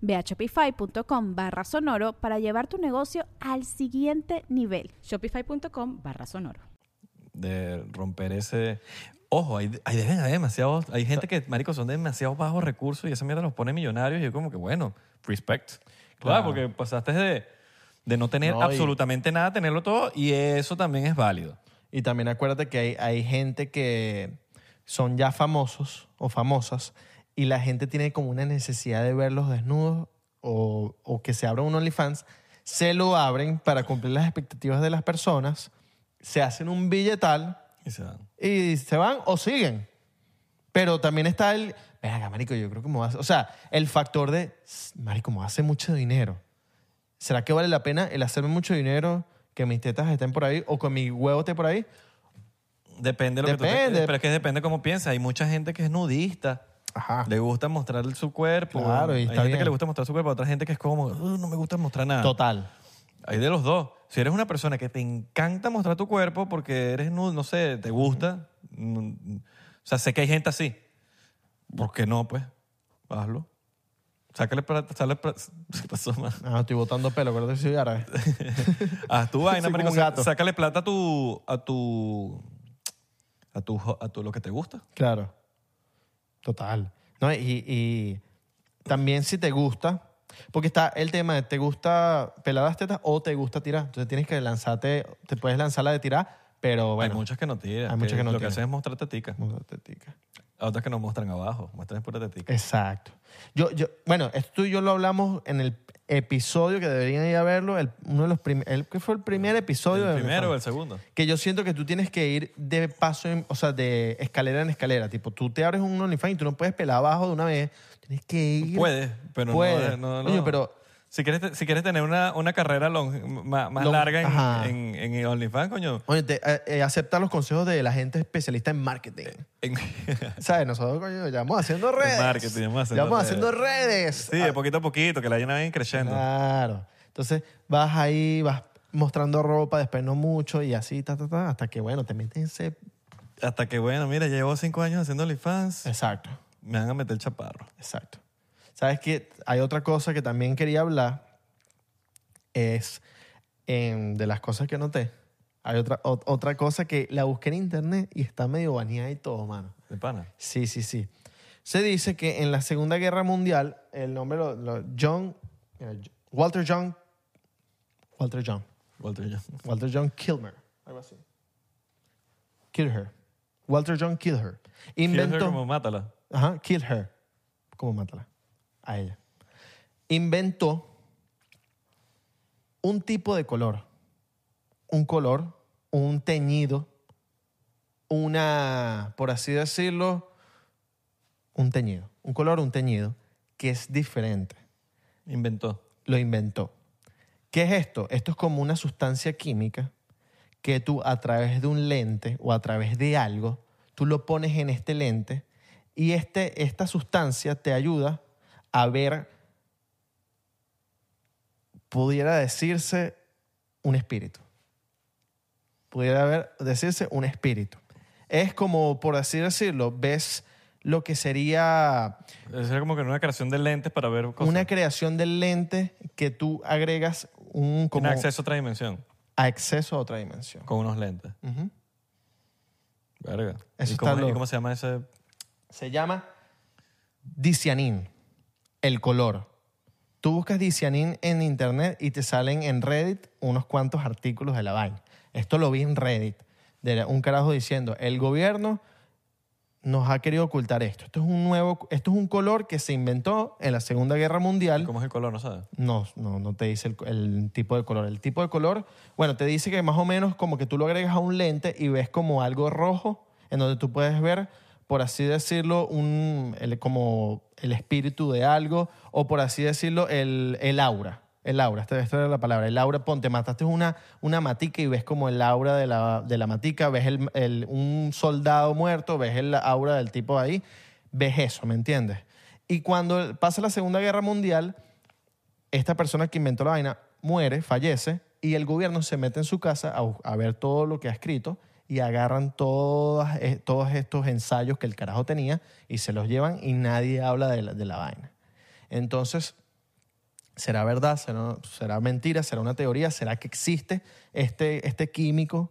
Ve a shopify.com barra sonoro para llevar tu negocio al siguiente nivel. Shopify.com barra sonoro. de romper ese... Ojo, hay, hay, deben haber demasiados... Hay gente que, marico, son de demasiados bajos recursos y esa mierda los pone millonarios y yo como que, bueno, respect. Claro, Claro. porque pasaste de, de no tener No, y- absolutamente nada a tenerlo todo y eso también es válido. Y también acuérdate que hay, hay gente que son ya famosos o famosas y la gente tiene como una necesidad de verlos desnudos o, o que se abra un OnlyFans. Se lo abren para cumplir las expectativas de las personas, se hacen un billetal Y se dan. y se van o siguen. Pero también está el, venga, marico, yo creo que me voy a hacer-". O sea, el factor de, "S- marico, me voy a hacer mucho dinero. ¿Será que vale la pena el hacerme mucho dinero que mis tetas estén por ahí o que mi huevo esté por ahí? Depende de lo que tú Depende. te- Pero es que depende cómo piensas. Hay mucha gente que es nudista. Ajá. Le gusta mostrar su cuerpo. Ah. Claro, y Hay está gente bien. que le gusta mostrar su cuerpo. Otra gente que es como, "Uh, no me gusta mostrar nada. Total. Hay de los dos. Si eres una persona que te encanta mostrar tu cuerpo porque eres nudo, no sé, te gusta. mm, O sea, sé que hay gente así. ¿Por qué no, pues? Hazlo. Sácale plata, sale plata. ¿Qué pasó, man? Ah, estoy botando pelo, creo que soy árabe. Haz tu vaina, Soy como marico. un Sa- gato. Sácale plata a tu... A tu... A tu, jo- a tu lo que te gusta. Claro. Total. No, y, y también si te gusta, porque está el tema de te gusta pelar las tetas o te gusta tirar. Entonces tienes que lanzarte, te puedes lanzar la de tirar, pero bueno. hay muchas que no tiran. hay muchas que no Lo que tiran. hacen es mostrar tetica. Vamos a dar tetica. A otras que no muestran abajo. Muestran pura tetica. Exacto. Yo, yo, bueno, esto tú y yo lo hablamos en el episodio que deberían ir a verlo, el, uno de los prim- el que fue el primer episodio. ¿El de primero o OnlyFans. el segundo? que yo siento que tú tienes que ir de paso, en- o sea, de escalera en escalera. Tipo, tú te abres un OnlyFans y tú no puedes pelar abajo de una vez. Tienes que ir. Puedes, pero no- Puedes. no. no, Coño, pero Si quieres, te- si quieres tener una, una carrera long- ma- más Long- larga ajá. en, en, en OnlyFans, coño. oye, te- eh, eh, acepta los consejos de la gente especialista en marketing. En, ¿Sabes? Nosotros, coño, ya vamos haciendo redes. marketing, ya vamos haciendo Ya vamos redes. haciendo redes. Ah, sí, de poquito a poquito, que la llena bien creciendo. Claro. Entonces vas ahí, vas mostrando ropa, después no mucho y así, ta, ta, ta, hasta que, bueno, te metes en ese... Hasta que, bueno, mira, llevo cinco años haciendo OnlyFans. Exacto. Me van a meter chaparro. Exacto. ¿Sabes que Hay otra cosa que también quería hablar. Es em, de las cosas que noté. Hay otra, o- otra cosa que la busqué en internet y está medio baneada y todo, mano. De pana. Sí, sí, sí. Se dice que en la Segunda Guerra Mundial, el nombre, lo, lo- John, eh, Walter John, Walter John, Walter Johnson. Walter John Kilmer, algo así. Kill her. Walter John Kill her. Quiero Inventó. ser como mátala. Ajá, kill her. ¿Cómo mátala? A ella. Inventó un tipo de color. Un color, un teñido, una, por así decirlo, un teñido. Un color, un teñido, que es diferente. Inventó. Lo inventó. ¿Qué es esto? Esto es como una sustancia química que tú a través de un lente o a través de algo, tú lo pones en este lente y este, esta sustancia te ayuda a ver, pudiera decirse, un espíritu. Pudiera haber, decirse un espíritu. Es como, por así decirlo, ves lo que sería Es como que una creación de lentes para ver cosas. una creación del lente que tú agregas un, como Tiene acceso a otra dimensión a acceso a otra dimensión. con unos lentes. Ujú. Verga. Eso ¿Y está cómo, y loco. cómo se llama ese? Se llama dicianin, el color. Tú buscas Dicianin en internet y te salen en Reddit unos cuantos artículos de la vaina. Esto lo vi en Reddit, de un carajo diciendo, el gobierno nos ha querido ocultar esto. Esto es un nuevo, esto es un color que se inventó en la Segunda Guerra Mundial. ¿Cómo es el color? No sabes. No, no, no te dice el, el tipo de color. El tipo de color, bueno, te dice que más o menos como que tú lo agregas a un lente y ves como algo rojo en donde tú puedes ver, por así decirlo, un, el- como el espíritu de algo o por así decirlo, el, el aura. El aura, esta, esta era la palabra. El aura, ponte, mataste una, una matica y ves como el aura de la, de la matica, ves el, el- un soldado muerto, ves el aura del tipo ahí, ves eso, ¿me entiendes? Y cuando pasa la Segunda Guerra Mundial, esta persona que inventó la vaina muere, fallece, y el gobierno se mete en su casa a, bus- a ver todo lo que ha escrito y agarran todas, eh, todos estos ensayos que el carajo tenía y se los llevan y nadie habla de la, de la vaina. Entonces, ¿será verdad? ¿Será, será mentira? ¿Será una teoría? ¿Será que existe este, este químico?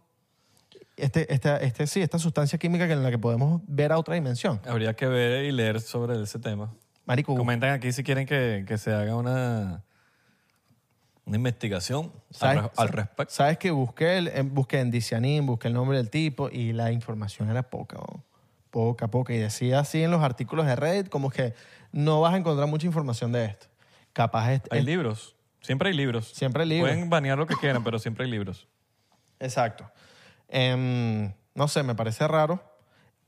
Este, esta, este, sí, esta sustancia química que- en la que podemos ver a otra dimensión. Habría que ver y leer sobre ese tema. Marico, Comentan aquí si quieren que, que se haga una, una investigación al, re- al respecto. Sabes que busqué, el, en- busqué en Dicianin, busqué el nombre del tipo y la información era poca, weón. poca, poca. Y decía así en los artículos de Reddit como que no vas a encontrar mucha información de esto. Capaz es, Hay es- libros. Siempre hay libros. Eh. Siempre hay libros. Pueden banear lo que quieran, pero siempre hay libros. Exacto. Em, no sé, me parece raro.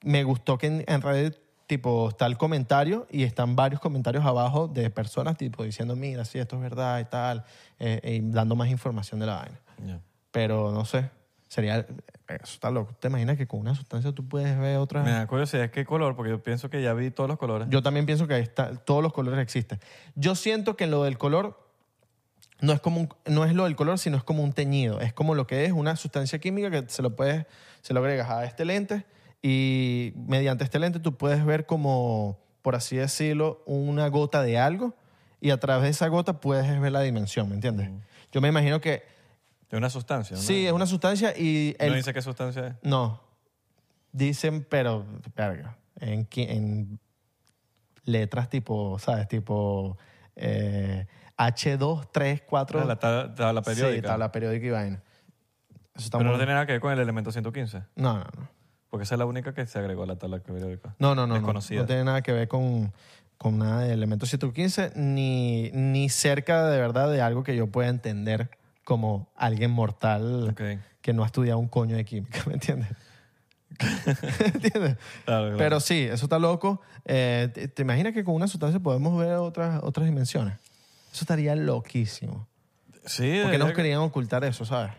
Me gustó que en, en Reddit tipo está el comentario y están varios comentarios abajo de personas tipo diciendo mira sí esto es verdad y tal eh, y dando más información de la vaina. Ya. Pero no sé. Sería. eh, Eso está loco. ¿Te imaginas que con una sustancia tú puedes ver otra? Me da curiosidad qué color, porque yo pienso que ya vi todos los colores. Yo también pienso que ahí está, todos los colores existen. Yo siento que lo del color no es, como un- no es lo del color, sino es como un teñido. Es como lo que es una sustancia química que se lo, puedes, se lo agregas a este lente y mediante este lente tú puedes ver como, por así decirlo, una gota de algo y a través de esa gota puedes ver la dimensión, ¿me entiendes? Yo me imagino que Es una sustancia. ¿no? sí, es una sustancia y... No el- dice qué sustancia es. No. Dicen, pero, verga, en, qui- en letras tipo, ¿sabes? Tipo eh, H2, 3, 4. Ah, La tabla, tabla periódica. Sí, tabla periódica y vaina. Eso está Pero no muy- tiene nada que ver con el elemento 115, no, no, no. porque esa es la única que se agregó a la tabla periódica. No, no, no. no. Desconocida. No tiene nada que ver con, con nada de elemento 115, ni, ni cerca de verdad de algo que yo pueda entender como alguien mortal Ok. que no ha estudiado un coño de química, ¿me entiendes? ¿Me entiendes? Claro, claro. Pero sí, eso está loco. Eh, ¿te, te imaginas que con una sustancia podemos ver otras, otras dimensiones? Eso estaría loquísimo. Sí, Porque no debería- querían ocultar eso, ¿sabes?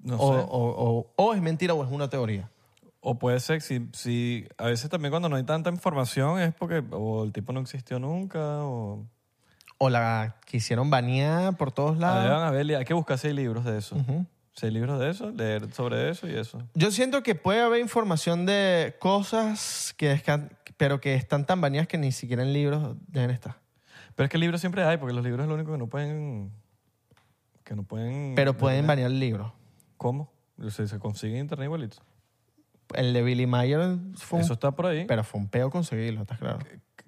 no o, sé. o- o- o es mentira o es una teoría. O puede ser, si, si a veces también cuando no hay tanta información es porque o el tipo no existió nunca o... O la quisieron banear por todos Ah, lados. deban haberle- hay que buscar seis libros de eso. Seis libros de eso, leer sobre eso y eso. Yo siento que puede haber información de cosas que descan- pero que están tan baneadas que ni siquiera en libros deben estar. Pero es que libros siempre hay, porque los libros es lo único que no pueden... Que no pueden... Pero pueden banear el libro. ¿Cómo? Se, se consigue en internet igualito. El de Billy Mayer fue un, Eso Eh, está por ahí. pero fue un peo conseguirlo, ¿estás claro?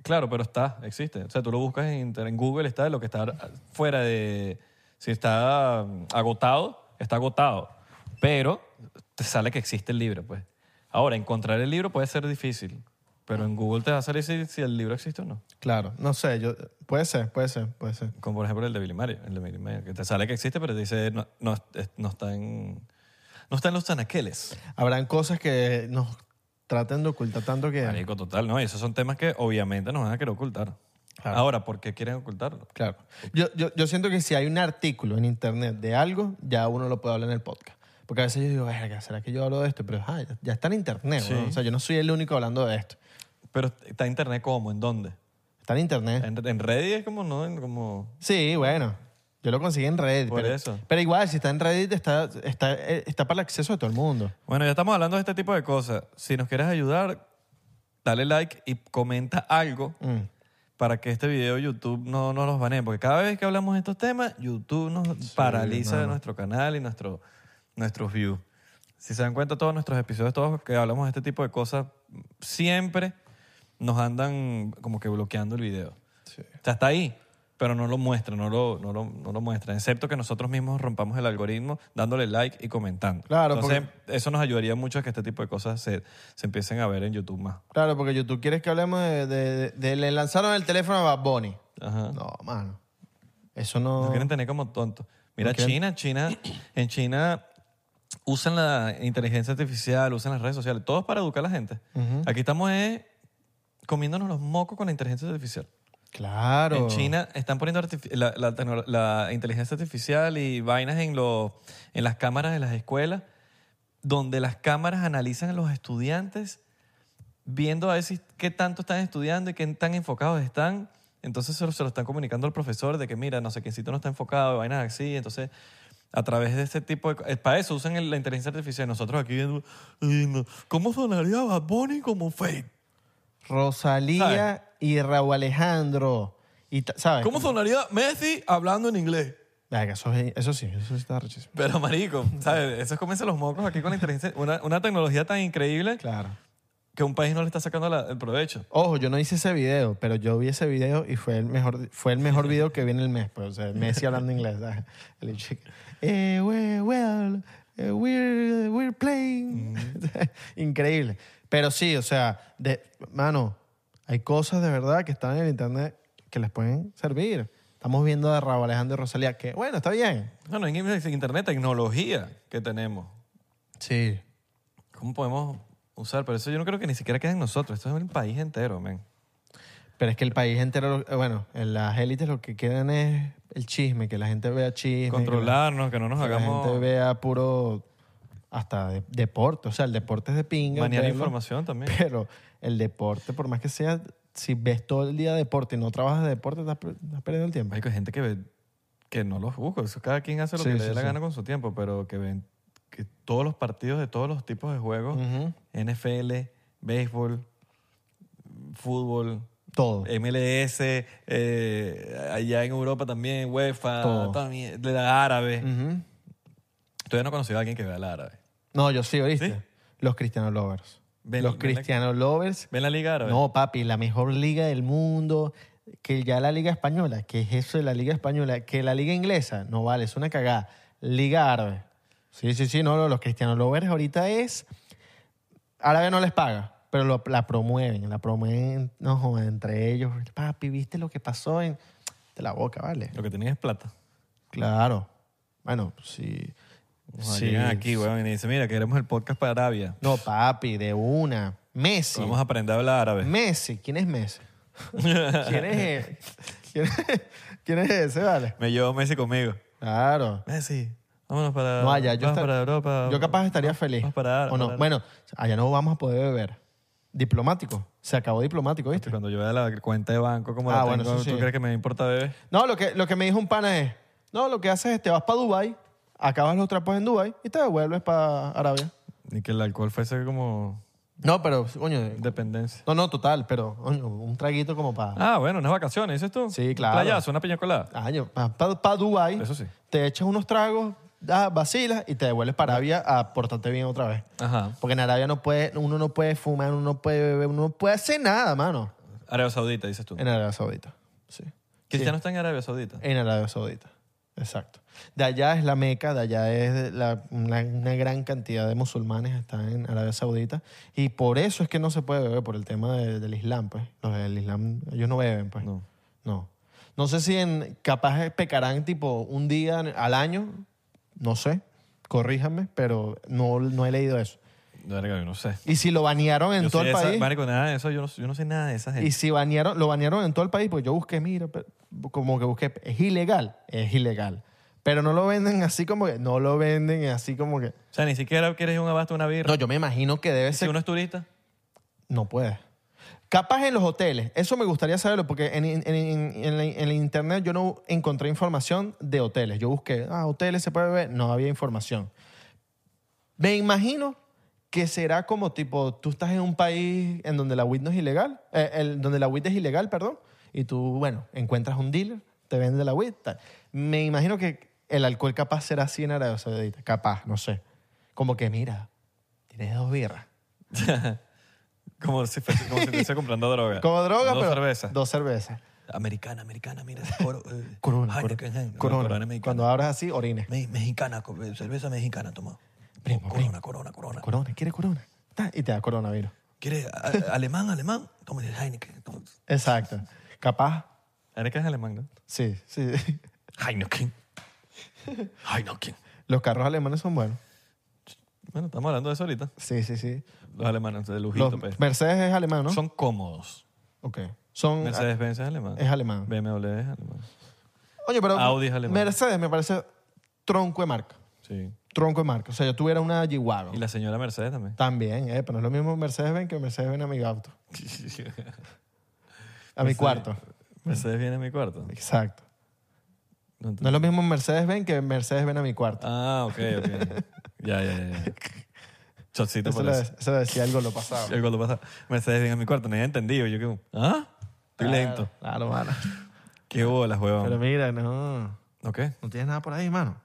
Claro, pero está, existe. O sea, tú lo buscas en, inter- en Google, está lo que está fuera de... Si está mm, agotado, está agotado. Pero te sale que existe el libro, pues. Ahora, encontrar el libro puede ser difícil, pero en Google te va a salir si, si el libro existe o no. Claro, no sé, yo puede ser, puede ser, puede ser. Como por ejemplo el de Billy Mayer, el de Billy Mayer, que te sale que existe, pero te dice no, no, es- no está en... No está en los tanaqueles. Habrán cosas que nos traten de ocultar tanto que Marico, total, ¿no? Y esos son temas que obviamente nos van a querer ocultar. Claro. Ahora, ¿por qué quieren ocultarlo? Claro. Yo, yo, yo siento que si hay un artículo en internet de algo, ya uno lo puede hablar en el podcast. Porque a veces yo digo, verga, ¿será que yo hablo de esto? Pero ah, ya, ya está en internet, Sí. weón. O sea, yo no soy el único hablando de esto. Pero está internet cómo, en dónde? Está en internet. En, en Reddit es como, ¿no? En como... Sí, bueno. Yo lo conseguí en Reddit. Por pero, eso. pero igual, si está en Reddit, está, está, eh, está para el acceso de todo el mundo. Bueno, ya estamos hablando de este tipo de cosas. Si nos quieres ayudar, dale like y comenta algo para que este video YouTube no no nos banee. Porque cada vez que hablamos de estos temas, YouTube nos paraliza nuestro canal y nuestro, nuestros views. Si se dan cuenta, todos nuestros episodios, todos que hablamos de este tipo de cosas, siempre nos andan como que bloqueando el video. O sea, está ahí, pero no lo muestra, no lo, no lo, no lo muestra, excepto que nosotros mismos rompamos el algoritmo dándole like y comentando. Claro, Entonces, eso nos ayudaría mucho a que este tipo de cosas se, se empiecen a ver en YouTube más. Claro, porque YouTube quieres que hablemos de, de- de- le lanzaron el teléfono a Bad Bunny. Ajá. No, mano. Eso no. Nos quieren tener como tontos. Mira, Ok. China, China, en China usan la inteligencia artificial, usan las redes sociales, todos para educar a la gente. Aquí estamos eh, comiéndonos los mocos con la inteligencia artificial. Claro. En China están poniendo artifi- la, la tecno- la inteligencia artificial y vainas en, los en las cámaras de las escuelas, donde las cámaras analizan a los estudiantes, viendo a ver si- qué tanto están estudiando y qué tan enfocados están. Entonces se lo, se lo están comunicando al profesor de que, mira, no sé quiéncito no está enfocado, vainas así. Entonces, a través de este tipo de... co- eh, Para eso usan el- la inteligencia artificial. Nosotros aquí viendo, "Ay, no, ¿cómo sonaría Bad Bunny como fake? Rosalía y Raúl Alejandro. Y, ta- ¿Sabes? ¿Cómo sonaría Messi hablando en inglés? Verga, eso, es- eso sí, eso sí está rechísimo. Pero marico, ¿sabes? Eso es comerse los mocos aquí con la inteligencia. Una, una tecnología tan increíble Claro. que un país no le está sacando la- el provecho. Ojo, yo no hice ese video, pero yo vi ese video y fue el mejor, fue el mejor video que vi en el mes. Pues, o sea, Messi hablando inglés. ¿sabes? El bicho que, eh, we- well, eh, we're, we're playing. Increíble. Pero sí, o sea, de, mano, hay cosas de verdad que están en el internet que les pueden servir. Estamos viendo de Raúl Alejandro y Rosalía, que bueno, está bien. No, no, en in- internet, tecnología que tenemos. Sí. ¿Cómo podemos usar? Pero eso yo no creo que ni siquiera quede en nosotros. Esto es un país entero, men. Pero es que el país entero, eh, bueno, en las élites lo que quieren es el chisme, que la gente vea chisme. que la- Controlarnos, que no nos que La gente hagamos vea puro. Hasta de- deporte. O sea, el deporte es de pinga. manear verlo, información también. Pero el deporte, por más que sea, si ves todo el día deporte y no trabajas de deporte, estás, per- estás perdiendo el tiempo. Marico, hay gente que ve, que no los busca. Eso cada quien hace lo Sí, que le sí, dé la sí. gana con su tiempo, pero que ven que todos los partidos de todos los tipos de juegos, Ujú. NFL, béisbol, fútbol, Todo. MLS, eh, allá en Europa también, UEFA, Todo. Mm. también, de la árabe. Ujú. Todavía no he conocido a alguien que vea la árabe. No, yo sí, ¿oíste? ¿Sí? Los cristianos lovers. Ven- Los ven la- cristianos lovers. ¿Ven la liga árabe? No, papi, la mejor liga del mundo. Que ya la liga española, que es eso de la liga española, que la liga inglesa, no vale, es una cagada. Liga árabe. Sí, sí, sí, no, no, los cristianos lovers ahorita es. Árabe no les paga, pero lo- la promueven, la promueven, no, joder, entre ellos. Papi, ¿viste lo que pasó en. De la boca, vale. Lo que tienen es plata. Claro. Bueno, sí. Ojalá sí. Llegan aquí, weón, y dicen, mira, queremos el podcast para Arabia. No, papi, de una. Messi. Vamos a aprender a hablar árabe. Messi, ¿quién es Messi? ¿Quién es? ¿Quién es, quién es ese, vale? Me llevo Messi conmigo. Claro. Messi, vámonos para, No, allá yo, vamos estar- para Europa. yo capaz estaría feliz. vamos para- o no. para- Bueno, allá no vamos a poder beber. Diplomático. Se acabó diplomático, ¿viste? Cuando yo vea la cuenta de banco, como Ah, la bueno, tengo, eso sí. ¿tú crees que me importa, bebé? No, lo que, lo que me dijo un pana es, no, lo que haces es te vas para Dubai, acabas los trapos en Dubai y te devuelves para Arabia. Ni que el alcohol fuese como No, pero, coño, dependencia. no, no, total, pero coño, un traguito como para... Ah, bueno, unas vacaciones, dices tú. Sí, claro. Playazo, una piña colada. año, para Dubai, Eso sí. te echas unos tragos, ah, vacilas y te devuelves para Arabia a portarte bien otra vez. Ajá. Porque en Arabia no puede, uno no puede fumar, uno no puede beber, uno no puede hacer nada, mano. Arabia Saudita, dices tú. En Arabia Saudita. Eh, Sí. Eh, Cristiano está en Arabia Saudita. En Arabia Saudita. Exacto. De allá es la Meca, de allá es la- una, una gran cantidad de musulmanes están en Arabia Saudita. Y por eso es que no se puede beber, por el tema de- del Islam, pues. Los del Islam, ellos no beben, pues. No. No. No sé si en, capaz pecarán tipo un día al año, no sé, corríjanme, pero no, no he leído eso. Verga, yo no sé. Y si lo banearon en Yo todo soy el esa- país. marico, nada de eso, yo no, yo no sé nada de esa gente. Y si banearon, lo banearon en todo el país, pues yo busqué, mira, pero- como que busqué, es ilegal, es ilegal. Pero no lo venden así como que, no lo venden así como que. O sea, ni siquiera quieres ir a un abasto, una birra. No, yo me imagino que debe si ser. uno es turista, No puede. Capaz en los hoteles, eso me gustaría saberlo, porque en, en, en- en la- en la internet yo no encontré información de hoteles. Yo busqué, ah, hoteles se puede beber, no había información. Me imagino que será como tipo, tú estás en un país en donde la weed no es ilegal, eh, el- donde la weed es ilegal, perdón, y tú, bueno, encuentras un dealer, te vende la weed, tal. Me imagino que el alcohol capaz será así en Arabia Saudita, capaz, no sé. Como que, mira, tienes dos birras. como si fuese- como si estuviese comprando droga. Como droga, Dos pero. cervezas. Dos cervezas. Americana, americana, mira ese coro. eh, Corona. Heineken, corona. Heineken, Corona. mexicana. Cuando abras así, orines. Me- mexicana, co- eh, cerveza mexicana, toma. Primo, corona, primo. corona, corona, Corona, ¿quieres corona? Ta, Y te da coronavirus. ¿Quieres a- alemán, alemán? Toma de Heineken. toma. Exacto. Capaz, Heineken es alemán, ¿no? sí, sí. Heineken. Heineken. Los carros alemanes son buenos. Bueno, estamos hablando de eso ahorita. Sí, sí, sí. Los alemanes, de lujito, Los pues. Mercedes es alemán, ¿no? Son cómodos. Ok. Son... ah, Mercedes-Benz es alemán. Es alemán. BMW es alemán. Oye, pero... Audi es alemán. Mercedes me parece tronco de marca. Sí. Tronco de marca. O sea, yo tuviera una G-Wagon. Y la señora Mercedes también. También, eh, pero no es lo mismo Mercedes-Benz que Mercedes-Benz a mi auto. A mi cuarto. Mercedes viene a mi cuarto. Exacto. No ent- No es lo mismo Mercedes-Benz que Mercedes-Benz a mi cuarto. Ah, ok, ok. ya, ya, ya. Chocito eso, por lo, eso. eso lo decía algo lo pasado. Y cuando pasa, Mercedes viene a mi cuarto, no había entendido. Yo que, ¿ah? Estoy lento. Claro, mano. Qué bolas, huevón. Pero mira, no. ok. No tienes nada por ahí, mano.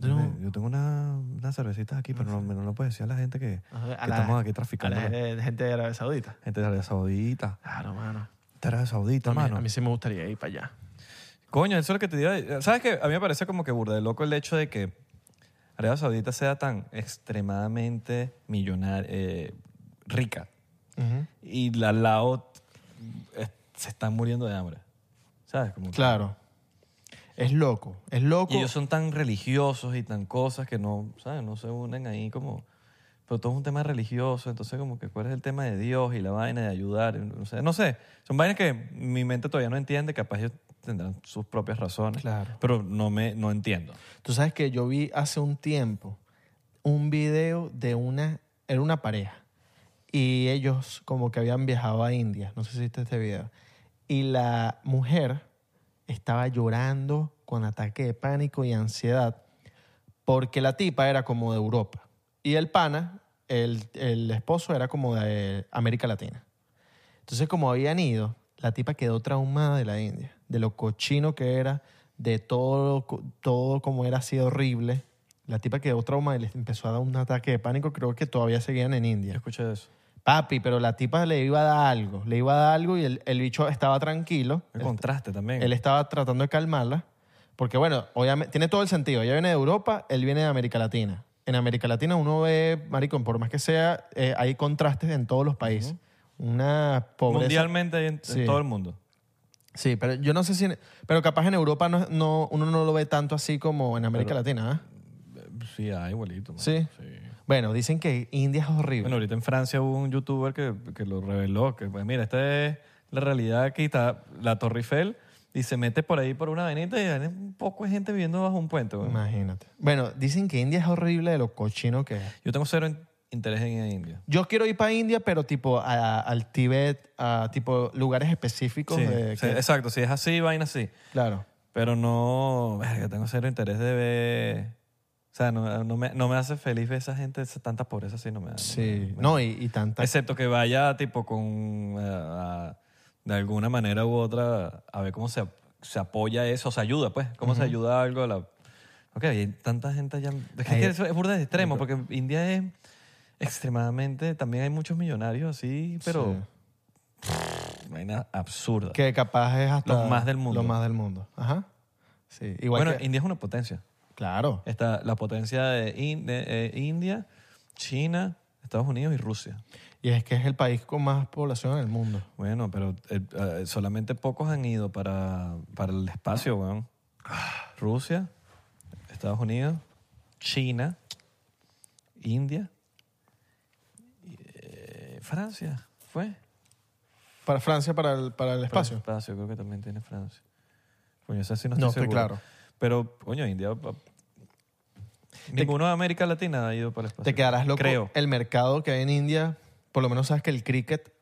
Yo, yo tengo una, unas cervecitas aquí, pero no, no lo puedo decir a la gente que, que estamos aquí traficando. A la gente- gente de Arabia Saudita. Gente de Arabia Saudita. Claro, mano. De Arabia Saudita, A mí, mano. a mí sí me gustaría ir para allá. Coño, eso es lo que te digo. ¿Sabes qué? A mí me parece como que burda de loco el hecho de que Arabia Saudita sea tan extremadamente millonaria, eh, rica. Y la lao eh, se están muriendo de hambre. ¿Sabes? Como que- Claro. Es loco. Es loco. Y ellos son tan religiosos y tan cosas que no, ¿sabes? No se unen ahí como... Pero todo es un tema religioso, entonces como que cuál es el tema de Dios y la vaina de ayudar, no sé, no sé. Son vainas que mi mente todavía no entiende, capaz ellos tendrán sus propias razones, Claro. pero no me no entiendo. Tú sabes que yo vi hace un tiempo un video de una, era una pareja y ellos como que habían viajado a India, no sé si viste este video, y la mujer estaba llorando con ataque de pánico y ansiedad porque la tipa era como de Europa y el pana, el, el esposo era como de América Latina. Entonces, como habían ido, la tipa quedó traumada de la India, de lo cochino que era, de todo, lo co- todo como era así horrible. La tipa quedó traumada y les empezó a dar un ataque de pánico. Creo que todavía seguían en Yo India. escuché eso. Papi, pero la tipa le iba a dar algo. Le iba a dar algo y el, el bicho estaba tranquilo. El contraste también. Él estaba tratando de calmarla. Porque, bueno, obviamente, tiene todo el sentido. Ella viene de Europa, él viene de América Latina. En América Latina uno ve, maricón, por más que sea, eh, hay contrastes en todos los países. Una pobreza... Mundialmente hay en, en Sí. todo el mundo. Sí, pero yo no sé si... en- pero capaz en Europa no, no- uno no lo ve tanto así como en América Latina, ¿ah? Sí, hay igualito. man. Sí. Bueno, dicen que India es horrible. Bueno, ahorita en Francia hubo un youtuber que, que lo reveló, que pues mira, esta es la realidad aquí, está la Torre Eiffel, y se mete por ahí por una avenida y hay un poco de gente viviendo bajo un puente. weón. Imagínate. Bueno, dicen que India es horrible de lo cochino que es. Yo tengo cero in- interés en ir a India. Yo quiero ir para India, pero tipo a- al Tíbet, a tipo lugares específicos. Sí, de, o sea, eh, que- Exacto, si es así, vaina así. Claro. Pero no, verga, tengo cero interés de ver... O sea, no, no me, no me hace feliz ver esa gente, esa- tanta pobreza así, no me da. Sí. No, y, y tanta... Excepto que vaya tipo con eh, a- de alguna manera u otra a ver cómo se, se apoya eso, se ayuda pues, cómo se ayuda algo a la... Ok, hay tanta gente allá... Es que Ahí- eso es burda de extremo, porque India es extremadamente... También hay muchos millonarios así, pero... Vaina absurda. Que capaz es hasta... Los más del mundo. Los más del mundo. Ajá. Sí. Igual Bueno, que- India es una potencia. Claro. Está la potencia de, In- de, eh, India, China, Estados Unidos y Rusia. Y es que es el país con más población en el mundo. Bueno, pero eh, eh, solamente pocos han ido para, para el espacio, weón. Rusia, Estados Unidos, China, India, y, eh, Francia, ¿fue? Para Francia, para el, para el Para espacio. el espacio, creo que también tiene Francia. Coño, eso sí no estoy No, estoy seguro. claro. Pero, coño, India... pa- Ninguno de América Latina ha ido para el espacio. Te quedarás loco. Creo. El mercado que hay en India, por lo menos sabes que el cricket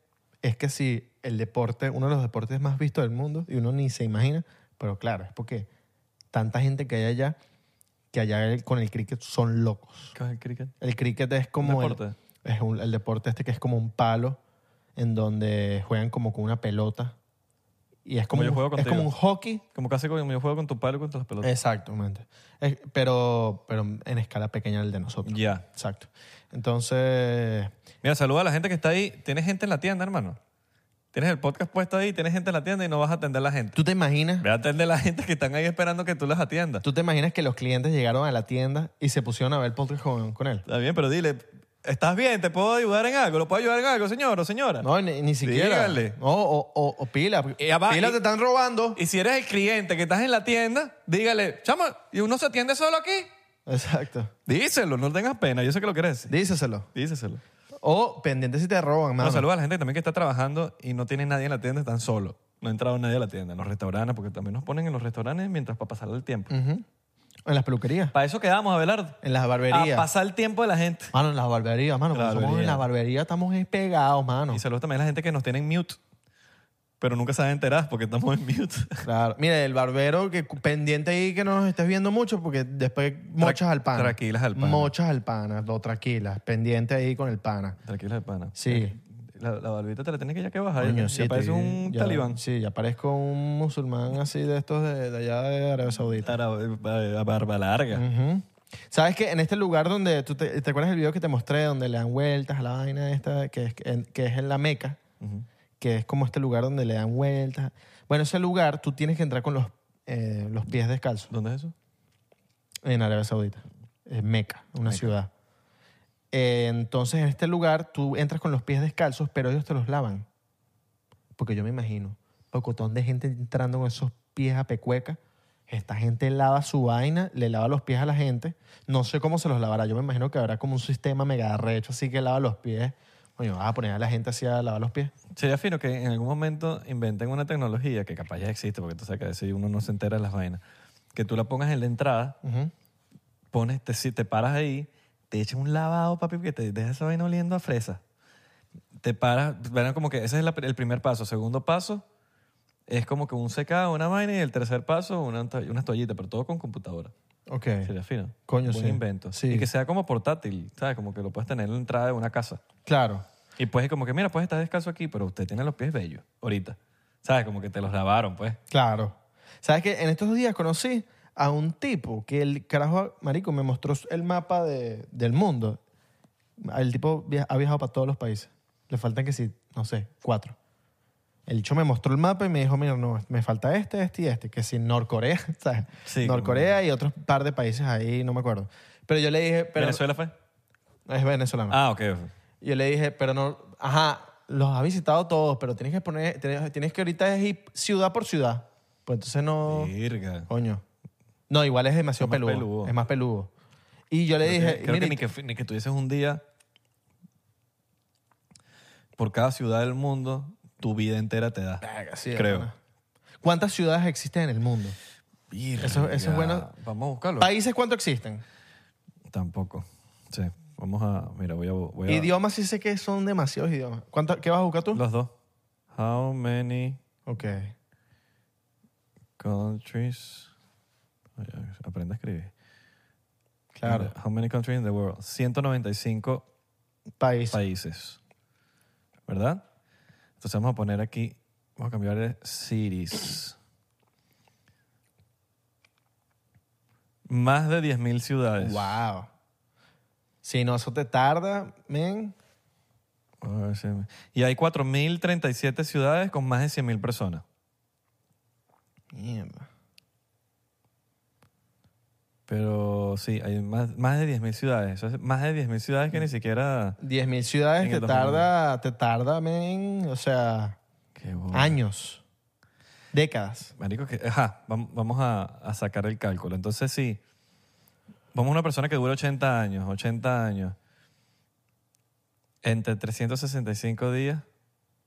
es que si el deporte, uno de los deportes más vistos del mundo y uno ni se imagina, pero claro, es porque tanta gente que hay allá, que allá el- con el cricket son locos. ¿Qué es el cricket? El cricket es como el- deporte? es un- el deporte este que es como un palo en donde juegan como con una pelota y es como Como yo un- juego es como contigo. un hockey Como casi como yo juego con tu padre contra las pelotas. Exactamente. Es- pero, pero en escala pequeña el de nosotros. Ya. Exacto. Entonces, Mira, saluda a la gente que está ahí. Tiene gente en la tienda, hermano. Tienes el podcast puesto ahí, tienes gente en la tienda y no vas a atender a la gente. ¿Tú te imaginas? Ve a atender a la gente que están ahí esperando que tú las atiendas. ¿Tú te imaginas que los clientes llegaron a la tienda y se pusieron a ver el podcast con, con él? Está bien, pero dile, ¿estás bien? ¿Te puedo ayudar en algo? ¿Lo puedo ayudar en algo, señor o señora? No, ni, ni siquiera. Dígale. No, o, o, o pila. Y ya va, pila y- te están robando. Y si eres el cliente que estás en la tienda, dígale, chama, ¿y uno se atiende solo aquí? Exacto. Díselo, no tengas pena, yo sé que lo querés. Díceselo. Díselo. O pendiente si te roban, Bueno, mano. saluda a la gente también que está trabajando y no tiene nadie en la tienda, están solos. No ha entrado nadie a la tienda, en los restaurantes, porque también nos ponen en los restaurantes mientras para pasar el tiempo. Ujú. En las peluquerías. Mm. Para eso quedamos, Abelardo. En las barberías. A pasar el tiempo de la gente. Mano, en las barberías, mano. La cuando somos Ah, barbería. en las barberías estamos ahí pegados, mano. Y saludos también a la gente que nos tiene en mute, pero nunca se van a enterar porque estamos en mute. Claro. Mira, el barbero que cu- pendiente ahí que no nos estés viendo mucho porque después mochas al pana. tranquilas al pana. Mochas al pana, lo tranquilas. Pendiente ahí con el pana. Tranquila, pana. Eh, Sí. La, la barbita te la tienes que ya que bajar. Coño, ya sí, parece estoy- un ya- talibán. Sí, ya parezco un musulmán así de estos de, de allá de Arabia Saudita. Ara- a eh, barba larga. Ujú. ¿Sabes que en este lugar donde tú te, ¿te acuerdas del video que te mostré donde le dan vueltas a la vaina esta que es en, que es en la Meca? Que es como este lugar donde le dan vueltas. Bueno, ese lugar tú tienes que entrar con los, eh, los pies descalzos. ¿Dónde es eso? En Arabia Saudita. En Meca, una ciudad. Eh, entonces, en este lugar, tú entras con los pies descalzos, pero ellos te los lavan. Porque yo me imagino, pocotón de gente entrando con esos pies a pecueca. Esta gente lava su vaina, le lava los pies a la gente. No sé cómo se los lavará. Yo me imagino que habrá como un sistema mega arrecho, así que lava los pies. Coño, vas a poner a la gente así a lavar los pies. Sería fino que en algún momento inventen una tecnología que capaz ya existe, porque tú sabes que a veces uno no se entera de las vainas. Que tú la pongas en la entrada, Ujú. pones, te, si te paras ahí, te echas un lavado, papi, que te deja esa vaina oliendo a fresa. Te paras, bueno, como que ese es la- el primer paso. Segundo paso es como que un secado, una vaina, y el tercer paso, una, to- unas toallitas, pero todo con computadora. Ok. Sería fino. Coño, Buen sí. invento. Sí. Y que sea como portátil, ¿sabes? Como que lo puedes tener en la entrada de una casa. Claro. Y pues como que, mira, puedes estar descalzo aquí, pero usted tiene los pies bellos ahorita. ¿Sabes? Como que te los lavaron, pues. Claro. ¿Sabes que En estos días conocí a un tipo que el carajo, marico, me mostró el mapa de- del mundo. El tipo via- ha viajado para todos los países. Le faltan que sí, no sé, cuatro. El hecho me mostró el mapa y me dijo, mira, no, me falta este, este y este, que si Norcorea, ¿sabes? Sí, Norcorea y otros par de países ahí, no me acuerdo. Pero yo le dije, pero ¿Venezuela fue? es venezolano. Ah, ok. Yo le dije, pero no, ajá, los ha visitado todos, pero tienes que poner, tienes, tienes que ahorita es ir ciudad por ciudad. Pues entonces no... Virga. Coño. No, igual es demasiado Es más peludo, peludo. Es más peludo. Y yo le Creo dije, que- creo que "Mire, ni, que fu- ni que tuvieses un día por cada ciudad del mundo, tu vida entera te da. verga, sí, creo. hermano. ¿Cuántas ciudades existen en el mundo? Eso- eso es bueno. Vamos a buscarlo. ¿Países cuánto existen? Tampoco. Sí. Vamos a. Mira, voy a. Voy a Idiomas sí sé que son demasiados idiomas. ¿Cuánto- ¿Qué vas a buscar tú? Los dos. How many Ok. countries. Ay, ay, Aprende a escribir. Claro. How many countries in the world? 195 País. países. ¿Verdad? Entonces vamos a poner aquí, vamos a cambiar de cities. Más de 10.000 ciudades. Wow. Si no, eso te tarda, men. A ver si- Y hay 4.037 ciudades con más de 100.000 personas. Mierda. Pero sí, hay más, más de 10.000 ciudades. Eso es más de 10.000 ciudades que ni siquiera... 10.000 ciudades En el te tarda, te tarda, men, o sea, Qué bobo. Ah, años, décadas. Marico, que, ajá, vam- vamos a, a sacar el cálculo. Entonces, sí, vamos a una persona que dura 80 años, 80 años, entre 365 días,